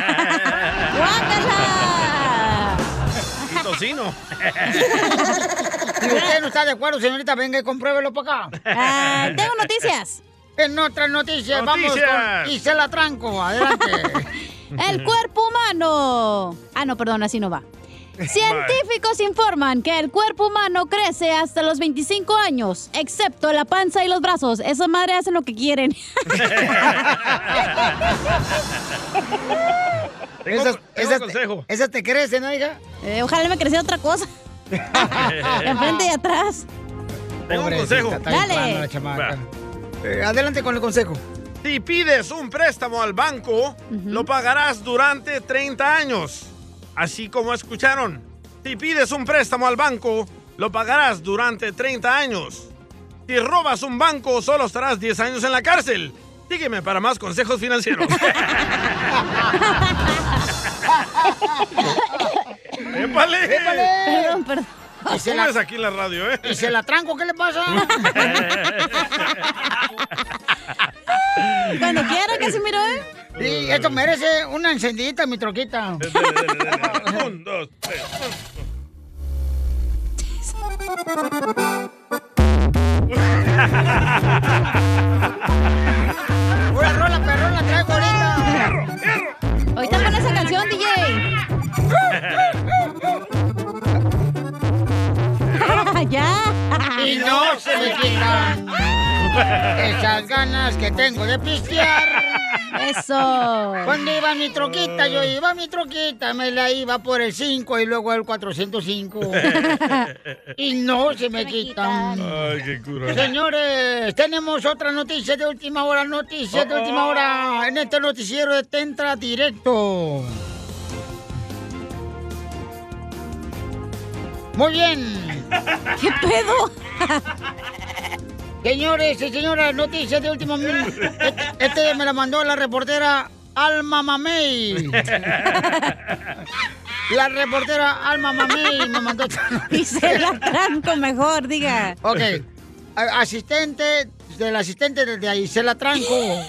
B: Y tocino.
A: Si usted no está de acuerdo, señorita, venga y compruébelo para acá.
C: Ah, tengo noticias.
A: En otras noticias, vamos
C: Noticias.
A: con Isela Tranco. Adelante.
C: El cuerpo humano. Ah, no, perdón, así no va. Científicos informan que el cuerpo humano crece hasta los 25 años, excepto la panza y los brazos. Esas madres hacen lo que quieren.
A: esas, esas, te, esas te crecen, ¿no, hija?
C: Eh, ojalá me creciera otra cosa. Enfrente y atrás.
B: Tengo un
A: Pobrecita,
B: consejo.
A: está bien Dale. plana la chamaca. Eh, adelante con el consejo.
B: Si pides un préstamo al banco, lo pagarás durante 30 años. Así como escucharon. Si pides un préstamo al banco, lo pagarás durante 30 años. Si robas un banco, solo estarás 10 años en la cárcel. Sígueme para más consejos financieros. ¡Épale!
C: Perdón, perdón.
B: Y se la... aquí en la radio, ¿eh?
A: ¿Y se la tranco? ¿Qué le pasa?
C: Cuando quiera, Casimiro, ¿eh?
A: Y esto merece una encendidita, mi troquita.
B: Un, dos, tres.
A: Eh, Una rola perrón la traigo ahorita.
C: Ahorita pon esa canción, DJ. ya.
A: Y no se me quitan esas ganas que tengo de pistear.
C: Eso.
A: Cuando iba mi troquita, yo iba mi troquita, me la iba por el 5 y luego el 405. y no se me quitan.
B: Ay, qué cura.
A: Señores, tenemos otra noticia de última hora, noticia de última hora en este noticiero de Tentra Directo. Muy bien.
C: ¿Qué pedo?
A: Señores y señoras, noticias de último minuto. Este, este me la mandó la reportera Alma Mamey. La reportera Alma Mamey me mandó esta
C: Y se la tranco mejor, diga.
A: Ok. A- Asistente del asistente de- de ahí, se la tranco.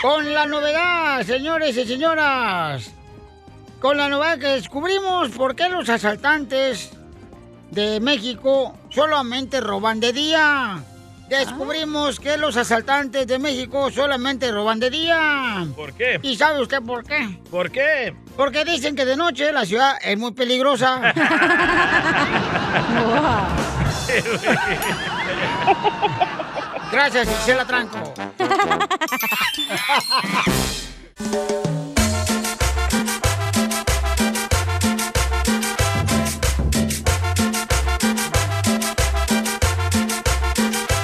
A: Con la novedad, señores y señoras. Con la novedad que descubrimos por qué los asaltantes de México solamente roban de día. Descubrimos que los asaltantes de México solamente roban de día.
B: ¿Por qué?
A: ¿Y sabe usted por qué?
B: ¿Por qué?
A: Porque dicen que de noche la ciudad es muy peligrosa. Gracias, Isela Tranco.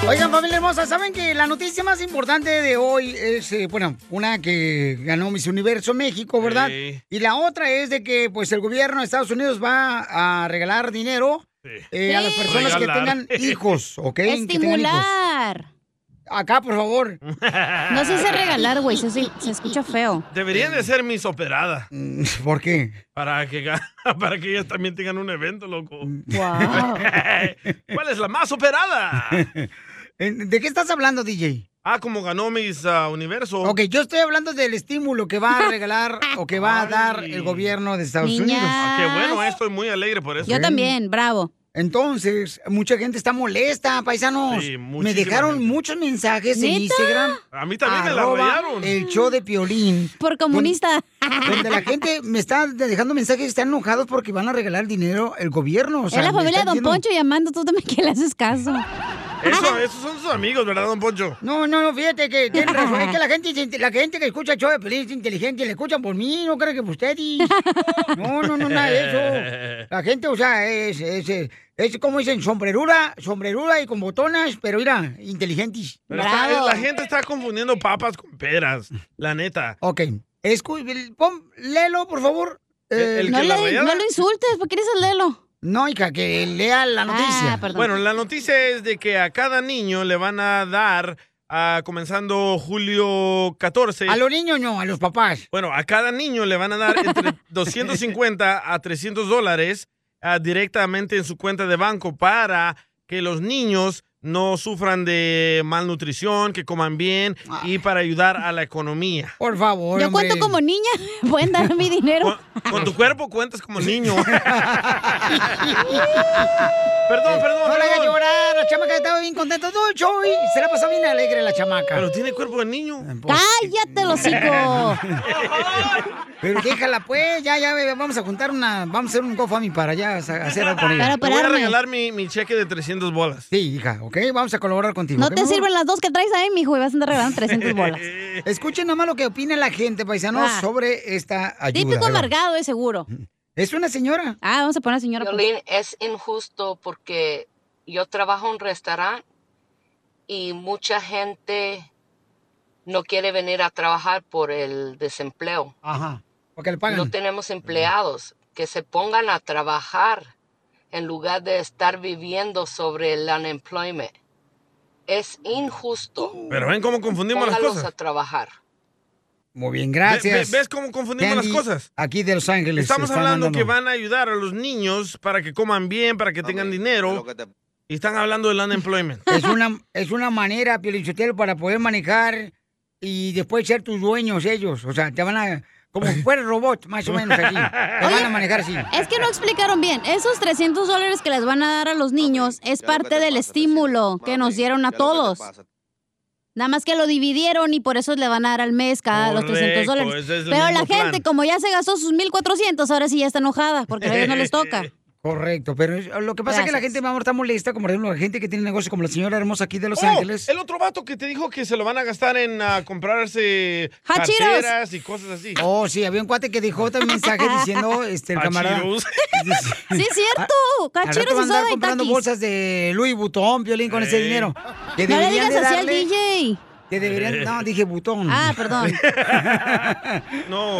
A: Oigan, familia hermosa, ¿saben que la noticia más importante de hoy es, eh, bueno, una que ganó Miss Universo México, ¿verdad?
B: Sí.
A: Y la otra es de que, pues, el gobierno de Estados Unidos va a regalar dinero eh, a las
C: Sí.
A: personas
C: Regalar.
A: que tengan hijos, ¿ok? Que tengan hijos.
C: Estimular.
A: Acá, por favor.
C: No se dice regalar, güey. Se, se escucha feo.
B: Deberían de ser mis operadas.
A: ¿Por qué?
B: Para que, ga- para que ellas también tengan un evento, loco.
A: Mm.
C: Guau.
B: ¿Cuál es la más operada?
A: Eh, ¿De qué estás hablando, DJ?
B: Ah, como ganó mis ah, universo.
A: Ok, yo estoy hablando del estímulo que va a regalar o que va a dar el gobierno de Estados Unidos.
B: Ah, qué bueno, eh, estoy muy alegre por eso.
C: Yo también, bravo.
A: Entonces, mucha gente está molesta, paisanos.
B: Sí, muchísima
A: me dejaron
B: gente.
A: muchos mensajes en
B: ¿Neta?
A: Instagram.
B: A mí también me la
A: arroba
B: rayaron.
A: El show de Piolín.
C: Por comunista.
A: Donde, la gente me está dejando mensajes, están enojados porque van a regalar dinero el gobierno. O sea,
C: es la
A: me
C: familia de
A: están
C: Don
A: diciendo-
C: Poncho llamando, tú también que le haces caso.
B: Eso, esos son sus amigos, ¿verdad, don Poncho?
A: No, no, no, fíjate que tienen razón. Es que la gente, es inte- la gente que escucha el show de Piolín es inteligente y le escuchan por mí, no creen que por ustedes. No, no, no, nada de eso. La gente, o sea, es, es, es, como dicen, sombrerura, sombrerura y con botonas, pero mira, inteligentes.
B: Pero está- la gente está confundiendo papas con peras, la neta.
A: Ok. Escu el- pon- léelo, por favor.
B: ¿El- el
C: no,
B: que la
C: le-
B: rayada?
C: no lo insultes, ¿por qué eres el Lelo?
A: Eh,
C: Ah.
A: No, hija, que lea la noticia.
C: perdón.
B: Bueno, la noticia es de que a cada niño le van a dar, ah, comenzando julio 14.
A: A los niños no, a los papás.
B: Bueno, a cada niño le van a dar entre 250 a 300 dólares ah, directamente en su cuenta de banco para que los niños no sufran de malnutrición, que coman bien y para ayudar a la economía.
A: Por favor.
C: Yo cuento como niña, pueden darme mi dinero.
B: Con tu cuerpo cuentas como niño. perdón, perdón.
A: No la hagas
B: perdón.
A: llorar, la chamaca estaba bien contenta todo el show y se la pasó bien alegre la chamaca. Eh, pues,
B: Pero tiene cuerpo de niño.
C: ¡Cállate, los hocico!
A: Pero déjala pues, ya, ya, bebé, vamos a juntar una, vamos a hacer un GoFundMe para ya sa- hacer algo con ella.
B: Te voy a regalar mi, mi cheque de 300 bolas.
A: Sí, hija, ok, vamos a colaborar contigo.
C: No
A: ¿ok,
C: te
A: mi amor?
C: sirven las dos que traes ahí, mijo, y vas a andar regalando 300 bolas.
A: Escuchen nomás lo que opina la gente, paisanos,
C: Ah.
A: sobre esta ayuda.
C: Típico
A: Ahí va.
C: amargado, de seguro.
A: Es una señora.
C: Ah, vamos a poner a señora. pues.
S: Violín, es injusto porque yo trabajo en un restaurante y mucha gente no quiere venir a trabajar por el desempleo.
A: Ajá. Porque le pagan.
S: No tenemos empleados que se pongan a trabajar en lugar de estar viviendo sobre el unemployment. Es injusto.
B: Pero ven cómo confundimos las
S: Póngalos
B: cosas.
S: a trabajar.
A: Muy bien, gracias.
B: Ve- ve- ¿Ves cómo confundimos las
A: Candy,
B: cosas?
A: Aquí de Los Ángeles.
B: Estamos
A: están
B: hablando
A: dando-
B: que van a ayudar a los niños para que coman bien, para que tengan dinero. Y están hablando del unemployment.
A: Es una, es una manera, Piolichotelo, para poder manejar y después ser tus dueños ellos. O sea, te van a... Como si fuera robot, más o menos así. Te van a manejar así.
C: Es que no explicaron bien. Esos 300 dólares que les van a dar a los niños es parte del estímulo que nos dieron a todos. Nada más que lo dividieron y por eso le van a dar al mes cada los 300
S: Correcto,
C: dólares.
S: ese es el
C: Pero la
S: mismo plan.
C: gente, como ya se gastó sus 1.400, ahora sí ya está enojada porque a ellos no les toca.
A: Correcto, pero es- lo que pasa es que la
C: Gracias.
A: gente, mi amor, está molesta, como por ejemplo la gente que tiene negocios como la señora hermosa aquí de Los
B: Oh,
A: Ángeles.
B: el otro vato que te dijo que se lo van a gastar en ah, comprarse
A: Hachiros.
B: carteras y cosas así.
A: Oh, sí, había un cuate que dejó también mensaje diciendo, este, el camarada. "Ah,
B: Hachiros.
A: Sí,
C: es cierto. Hachiros y soda y
A: comprando
C: Takis.
A: bolsas de Louis Vuitton, Piolín, con ese
C: Ey.
A: dinero.
C: No le
A: deberían
C: digas
A: de
C: así al
A: darle-
C: DJ.
A: Que deberían, no, dije butón.
C: Ah, perdón.
B: no.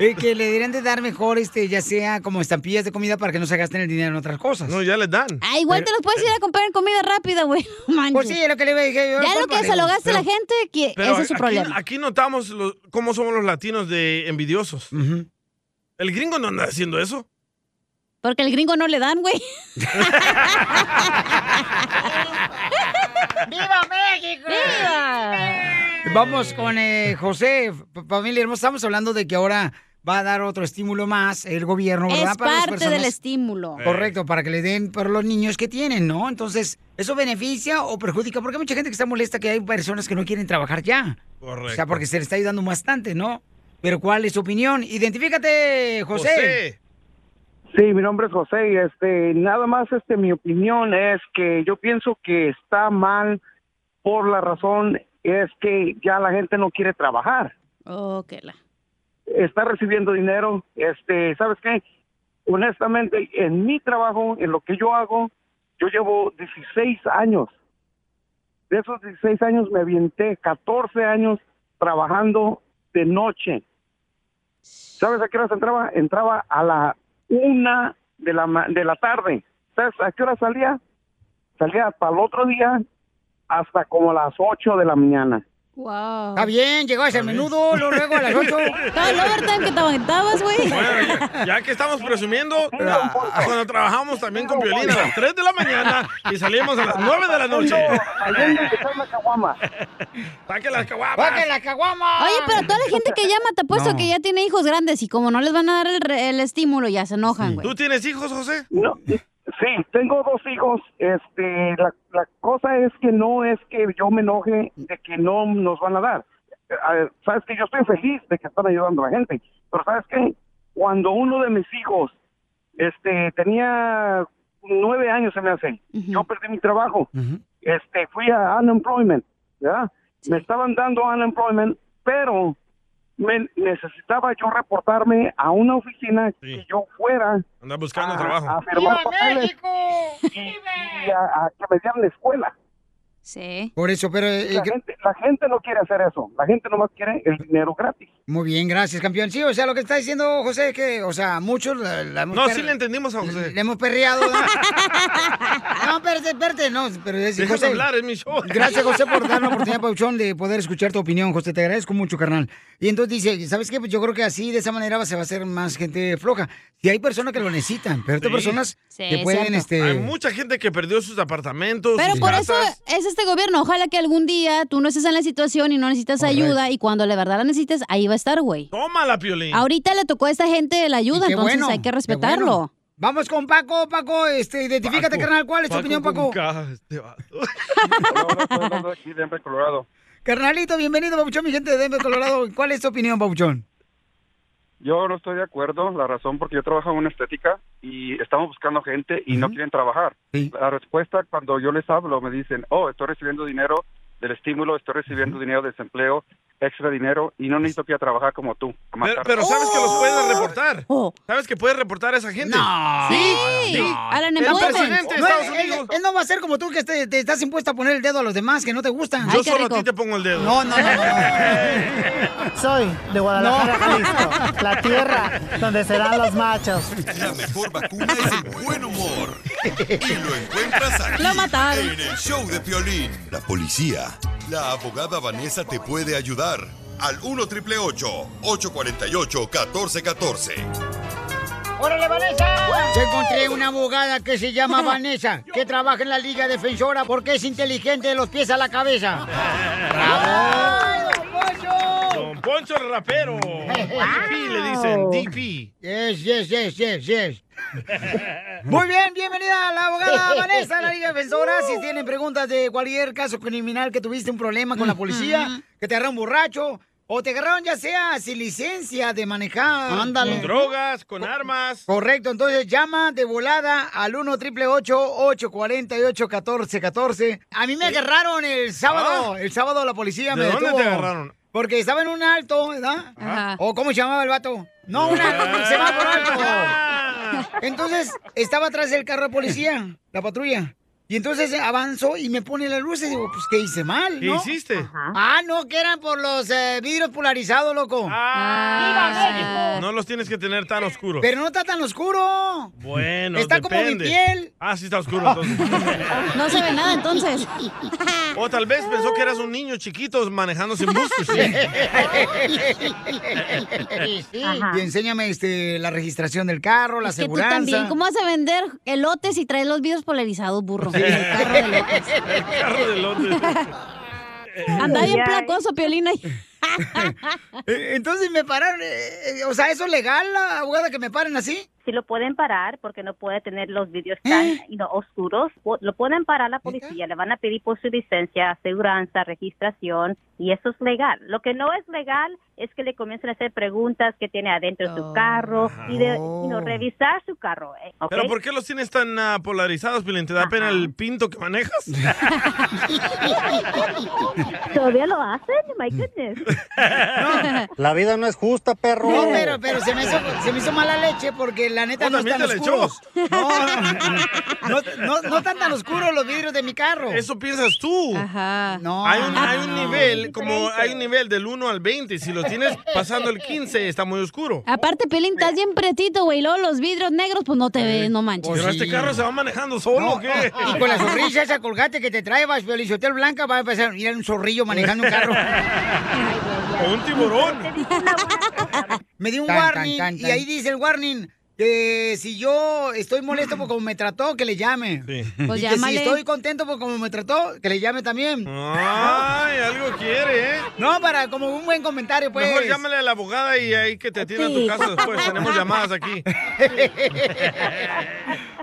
A: Eh, que le deberían de dar mejor, este, ya sea como estampillas de comida para que no se gasten el dinero en otras cosas. No,
B: ya les dan.
C: Ah, igual te los puedes ir a comprar en comida rápida, güey. No manches.
A: Pues sí, es lo que le dije yo.
C: Ya lo que se lo gaste la
B: Pero-
C: gente, que
B: Pero
C: ese es su
B: aquí-
C: problema.
B: Aquí notamos los- cómo somos los latinos de envidiosos. El gringo no anda haciendo eso.
C: Porque al gringo no le dan, güey.
A: ¡Viva México! Vamos con eh, José, F- familia hermosa. Estamos hablando de que ahora va a dar otro estímulo más el gobierno, ¿verdad?
C: Es
A: Para las
C: parte del
A: personas.
C: estímulo.
A: Correcto, para que le den para los niños que tienen, ¿no? Entonces, ¿eso beneficia o perjudica? Porque hay mucha gente que está molesta que hay personas que no quieren trabajar ya.
B: Correcto.
A: O sea, porque se le está ayudando bastante, ¿no? Pero ¿cuál es su opinión? Identifícate, José.
T: Sí, mi nombre es José y este, nada más este, mi opinión es que yo pienso que está mal por la razón es que ya la gente no quiere trabajar.
C: Oh, que la.
T: Está recibiendo dinero, este, ¿sabes qué? Honestamente, en mi trabajo, en lo que yo hago, yo llevo 16 años. De esos 16 años me avienté 14 años trabajando de noche. ¿Sabes a qué horas entraba? Entraba a la una de la, ma- de la tarde. ¿Sabes a qué hora salía? Salía para el otro día hasta como las 8 de la mañana.
C: Wow.
A: Está bien, llegó a ese menudo, lo luego a las 8.
C: Estaba el overtime que te aguantabas, güey.
B: Ya que estamos presumiendo, cuando trabajamos también con Piolín a las 3 de la mañana y salimos a las 9 de la noche. Saque las caguamas.
A: la caguama!
C: Oye, pero toda la gente que llama, te apuesto
B: No.
C: que ya tiene hijos grandes y como no les van a dar el, re- el estímulo, ya se enojan, güey.
B: ¿Tú tienes hijos, José?
T: No. Sí, tengo dos hijos. Este, la, la cosa es que no es que yo me enoje de que no nos van a dar. A ver, sabes que yo estoy feliz de que están ayudando a la gente, pero sabes que cuando uno de mis hijos, este, tenía nueve años se me hace, yo perdí mi trabajo, este, fui a unemployment, ¿verdad? Me estaban dando unemployment, pero me necesitaba yo reportarme a una oficina que yo fuera
B: Anda buscando
T: a-
B: trabajo.
T: a firmar Ah,
A: Este,
T: papeles y a, a que me dieran la escuela.
C: Sí.
A: Por eso, pero... eh,
T: La
A: que-
T: gente, la gente no quiere hacer eso. La gente nomás quiere el dinero gratis.
A: Muy bien, gracias, campeón. Sí, o sea, lo que está diciendo José es que, o sea, muchos la, la hemos
B: No,
A: per-
B: sí le entendimos a José.
A: le hemos perreado. No, No, espérate, espérate, no, pero es
B: Déjame
A: José.
B: hablar, es mi show.
A: Gracias, José, por dar la oportunidad, Pauchón, de poder escuchar tu opinión, José. Te agradezco mucho, carnal. Y entonces dice, ¿sabes qué? Pues yo creo que así, de esa manera, se va a hacer más gente floja. Si hay personas que lo necesitan, pero otras
B: Sí.
A: personas que pueden, este...
B: Hay mucha gente que perdió sus apartamentos,
C: Pero
B: sus
C: por eso
B: casas.
C: es este gobierno. Ojalá que algún día tú no estés en la situación y no necesitas
B: Correcto.
C: ayuda y cuando la verdad la necesites, ahí va a estar, güey.
B: Toma la piolín.
C: Ahorita le tocó a esta gente la ayuda,
A: qué
C: entonces
A: bueno,
C: hay que
A: qué
C: respetarlo.
A: bueno. Vamos con Paco, Paco, este, identifícate,
O: Paco,
A: carnal, ¿cuál es tu
O: Paco
A: opinión,
O: con
A: Paco?
B: K, este vato.
O: Estoy hablando aquí de Denver, Colorado.
A: Carnalito, bienvenido, Pauchón, mi gente de Denver, Colorado. ¿Cuál es tu opinión, Pauchón?
O: Yo no estoy de acuerdo, la razón porque yo trabajo en una estética y estamos buscando gente y no quieren trabajar. La respuesta cuando yo les hablo me dicen, oh, estoy recibiendo dinero del estímulo, estoy recibiendo dinero de desempleo, extra dinero y no necesito que ir a trabajar como tú. a
B: Pero,
O: matar".
B: pero sabes que los
O: oh.
A: Oh.
B: puedes reportar. ¿Sabes que puedes reportar a esa gente?
A: No.
B: Sí.
A: Sí.
B: El presidente de
A: No,
B: Estados
A: él-
B: Unidos.
A: Él, él no va a ser como tú que te, te estás impuesto a poner el dedo a los demás que no te gustan.
B: Yo solo a ti te pongo el dedo.
A: No, no, no,
U: Soy de Guadalajara, Jalisco, la tierra donde serán los machos.
E: La mejor vacuna es el buen humor. Y lo encuentras aquí,
U: Lo mataron.
E: en el show de Piolín. La policía, la abogada Vanessa te puede ayudar. Al 1 triple 848 1414.
A: ¡Órale, Vanessa! Yo encontré una abogada que se llama Vanessa, que trabaja en la Liga Defensora porque es inteligente de los pies a la cabeza. ¡Bravo!
B: Don Poncho el rapero. DP le dicen, DP.
A: Yes, yes, yes, yes, yes. Muy bien, bienvenida a la abogada Vanessa de la Liga Defensora. Si tienen preguntas de cualquier caso criminal que tuviste un problema con la policía, que te agarraron borracho o te agarraron ya sea sin licencia de manejar, ándale.
B: Con drogas, con armas.
A: Correcto, entonces llama de volada al 1 888 848 1414 A mí me agarraron el sábado,
B: Ah.
A: el sábado la policía
B: ¿De
A: me
B: dónde
A: detuvo.
B: te agarraron?
A: Porque estaba en un alto, ¿verdad? ¿O cómo se llamaba el vato? No, un
B: Eh.
A: alto, porque se va por alto. Entonces, estaba atrás del carro de policía, la patrulla. Y entonces avanzó y me pone las luces. Digo, pues, ¿qué hice mal?
B: ¿Qué
A: no?
B: hiciste?
A: Ah, no, que eran por los eh, vidrios polarizados, loco.
B: Ah. No los tienes que tener tan oscuros.
A: Pero no está tan oscuro.
B: Bueno,
A: Está como mi
B: depende.
A: piel.
B: Ah, sí está oscuro entonces.
C: No se ve nada entonces.
B: O tal vez pensó que eras un niño chiquito manejando sin bustos.
A: Sí, Y enséñame este, la registración del carro, la
C: Es que tú
A: aseguranza.
C: también, ¿cómo vas a vender elotes y traes los vidrios polarizados, burro? El carro de elotes. Anda bien
A: Ya,
C: placoso, Piolina.
A: Eh, Entonces me pararon. eh, eh, o sea, ¿eso es legal, la abogada, que me paren así? ¿Eh?
V: Si lo pueden parar, porque no puede tener los vídeos tan you know, oscuros, po- lo pueden parar la policía, le van a pedir por su licencia, aseguranza, registración, y eso es legal. Lo que no es legal es que le comiencen a hacer preguntas que tiene adentro
A: Oh,
V: su carro y de you know, revisar su carro. eh, ¿ok?
B: ¿Pero por qué los tienes tan ah, polarizados, Pilín? ¿Te da pena el pinto que manejas?
V: ¿Todavía lo hacen? Oh, My goodness.
U: La vida no es justa, perro.
A: No, pero, pero se, me hizo, se me hizo mala leche porque la neta
U: Oh,
A: no
U: también
A: están
U: te la
A: oscuros. No, no, no, no están tan oscuros los vidrios de mi carro.
B: Eso piensas tú.
C: Ajá.
A: No.
B: Hay un, hay un
A: no.
B: nivel, como hay un nivel del 1 al 20. Si lo tienes pasando el 15, está muy oscuro.
C: Aparte, Piolín, estás bien pretito, güey. Luego los vidrios negros, pues no te ves, no manches.
B: Pero este carro se va manejando solo,
A: No,
B: ¿o qué?
A: Y con la sonrisa esa colgate que te trae, vas, Hotel Blanca, va a empezar a ir un zorrillo manejando un carro.
B: O un tiburón.
A: Me dio un
B: Tan, tan,
A: warning
B: tan, tan.
A: y ahí dice el warning que si yo estoy molesto por cómo me trató, que le llame.
C: Pues
A: y que si
C: llámale.
A: estoy contento por cómo me trató, que le llame también.
B: Ay, algo quiere, ¿eh?
A: No, para como un buen comentario, pues.
B: Mejor llámale a la abogada y ahí que te atienda a tu
A: Sí.
B: casa después. Tenemos llamadas aquí.
C: Típico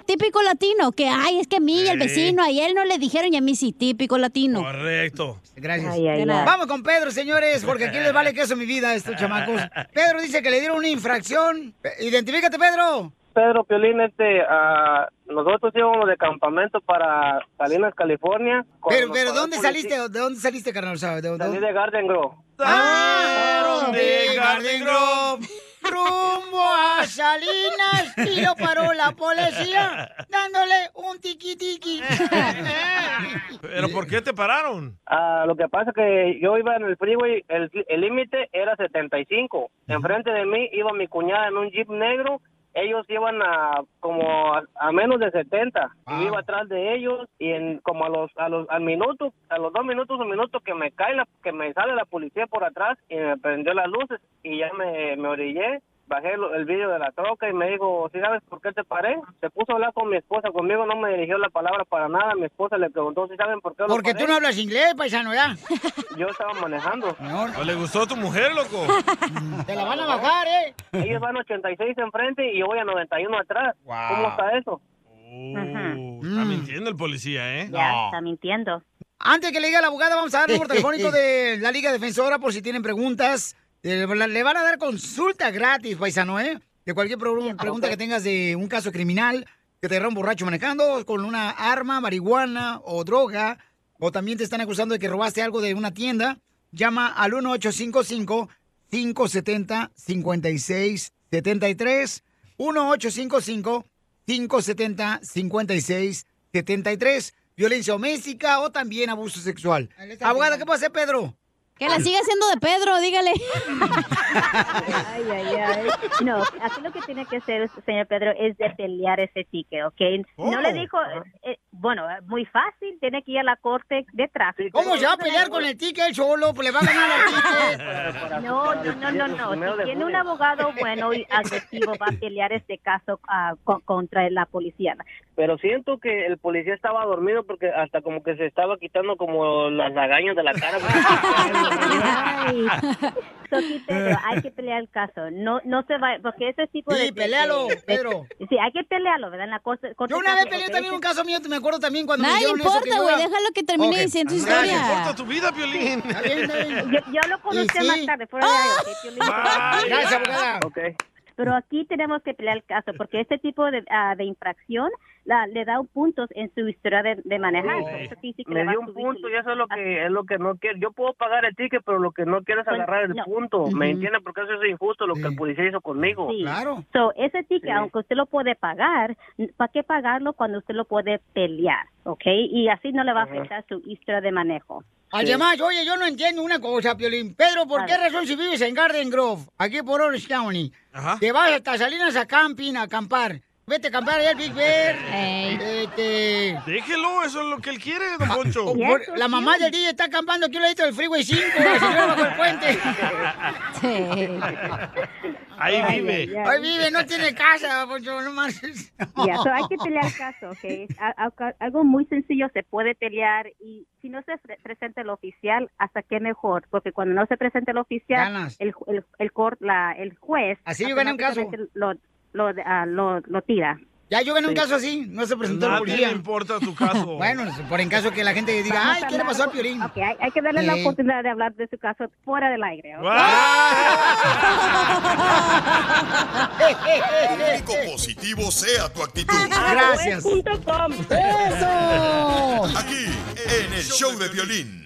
C: típico latino, que ay, es que a mí y al
B: Sí.
C: vecino, a él no le dijeron y a mí sí, típico latino.
B: Correcto.
A: Gracias.
C: ay, ay.
A: Vamos con Pedro, señores, porque aquí les vale queso mi vida a estos chamacos. Pedro dice que le dieron una infracción. Pe- Identifícate, Pedro.
Y: Pedro Piolín, este, ah, nosotros íbamos de campamento para Salinas, California. Cuando
A: Pero,
Y: nos
A: pero
Y: paró
A: ¿dónde
Y: el
A: saliste?
Y: policía-
A: ¿De dónde saliste, carnal? ¿Sabes? ¿De,
Y: Salí de Garden Grove.
A: ¡Ah!
Y: de Garden Grove.
A: Rumbo a Salinas y lo paró la policía dándole un tiqui tiqui.
B: ¿Pero por qué te pararon?
Y: Ah, lo que pasa que yo iba en el freeway, el el límite era 75. Enfrente de mí iba mi cuñada en un jeep negro. Ellos iban a como a, a menos de 70.
B: Ah,
Y: Y yo iba atrás de ellos y en como a los a los al minuto, a los dos minutos, un minuto que me cae la, que me sale la policía por atrás y me prendió las luces y ya me, me orillé. Bajé lo- el vídeo de la troca y me dijo, ¿sí sabes por qué te paré? Se puso a hablar con mi esposa, conmigo no me dirigió la palabra para nada. Mi esposa le preguntó, ¿sí saben por qué lo
A: Porque tú
Y: paré?"
A: no hablas inglés, paisano, ¿ya?
Y: Yo estaba manejando.
B: ¿No le gustó a tu mujer, loco?
A: Te la van a bajar, ¿eh?
Y: Ellos van 86 enfrente y yo voy a 91 atrás.
B: Wow.
Y: ¿Cómo está eso?
B: Uh, Está mintiendo el policía, ¿eh?
A: Ya,
B: No.
A: está
V: mintiendo.
A: Antes que le diga la abogada, vamos a dar el número telefónico de la Liga Defensora por si tienen preguntas. Eh, la- Le van a dar consulta gratis, paisano, ¿eh? De cualquier pro- pregunta que tengas de un caso criminal, que te agarra un borracho manejando con una arma, marihuana o droga, o también te están acusando de que robaste algo de una tienda, llama al 1855-570-5673. 1855 570-5673. Violencia doméstica o también abuso sexual. Abogada, ¿qué puede hacer Pedro?
C: Que la siga haciendo de Pedro, dígale.
V: Ay, ay, ay. No, aquí lo que tiene que hacer, señor Pedro, es de pelear ese ticket, ¿ok?
A: Oh.
V: No le dijo, eh, bueno, eh, muy fácil, tiene que ir a la corte de tráfico.
A: ¿Cómo se va a pelear con el ticket solo? Pues le va a ganar al ticket.
V: eh, No, no, no, no, no. Si tiene un abogado bueno y agresivo, va a pelear este caso ah, co- contra la policía.
Y: Pero siento que el policía estaba dormido porque hasta como que se estaba quitando como las lagañas de la cara.
V: Ah, Ay. So, sí, Pedro, hay que pelear el caso. No, no se va, porque ese tipo de.
A: Sí, pelealo,
V: de-
A: Pedro.
V: Sí, hay que pelearlo, ¿verdad? En la corte. corte
A: Yo una vez
V: de-
A: peleé
V: ok,
A: también
V: sí.
A: un caso mío, me acuerdo también cuando me
V: Nadie
A: hicieron eso
V: importa,
A: yo
V: güey,
A: era-
C: déjalo que termine
A: Ok.
C: diciendo su
B: Nadie
C: historia.
B: importa tu vida, Piolín.
A: Está bien, está bien.
V: Yo, yo lo conocí
A: Y sí. Ah.
V: más tarde, fuera de ahí, ok, Piolín.
A: Gracias, abogada.
V: Pero aquí tenemos que pelear el caso, porque este tipo de, ah, de infracción la, le da puntos en su historia de, de manejar. Eso quiere decir que le
Y: Me
V: va a
Y: dio un
V: subir
Y: punto y eso es lo que es lo que no quiero. Yo puedo pagar el ticket, pero lo que no quiero es
V: "Ah". Pues,
Y: agarrar el
V: no.
Y: punto. ¿Me
V: Ujú.
Y: entiendes? Porque eso es injusto lo que el policía hizo conmigo.
V: Sí. So, ese ticket,
Y: Sí.
V: aunque usted lo puede pagar, ¿para qué pagarlo cuando usted lo puede pelear? ¿Ok? Y así no le va a
A: Ajá.
V: afectar su historia de manejo.
A: Además, Ah, oye, yo no entiendo una cosa, Piolín. Pedro, ¿por
V: A
A: qué
V: ver.
A: razón si vives en Garden Grove, aquí por Orange County, te vas hasta Salinas a camping, a acampar? Vete a acampar allá al Big Bear. Este...
B: Déjelo, eso es lo que él quiere, don Poncho.
A: Ah, o por- la mamá del DJ está acampando aquí al ladito del Freeway 5, la señora bajo el puente.
B: Ahí vive.
A: Ahí vive, no tiene casa, Poncho, no marches.
V: Ya, so hay que pelear el caso, ¿ok? A- a- Algo muy sencillo se puede pelear y si no se pre- presenta el oficial, hasta qué mejor, porque cuando no se presenta el oficial,
A: Ganas.
V: el, ju- el, el, cor- la, el juez
A: Así yo gané un caso.
V: automáticamente Lo, lo, ah, lo, lo tira.
A: Ya yo gané un
V: Sí.
A: caso así, no se presentó la
B: Nadie
A: policía.
B: le importa tu caso.
A: Bueno, por en caso que la gente diga,
V: Vamos
A: ay,
V: a
A: ¿qué le
V: hablar
A: pasó a
V: con-
A: Piolín?
V: Ok, hay, hay que darle la
A: Sí.
V: oportunidad de hablar de su caso fuera del aire. ¿ok?
R: Público positivo sea tu actitud.
A: Gracias.
R: Aquí, en el show de violín.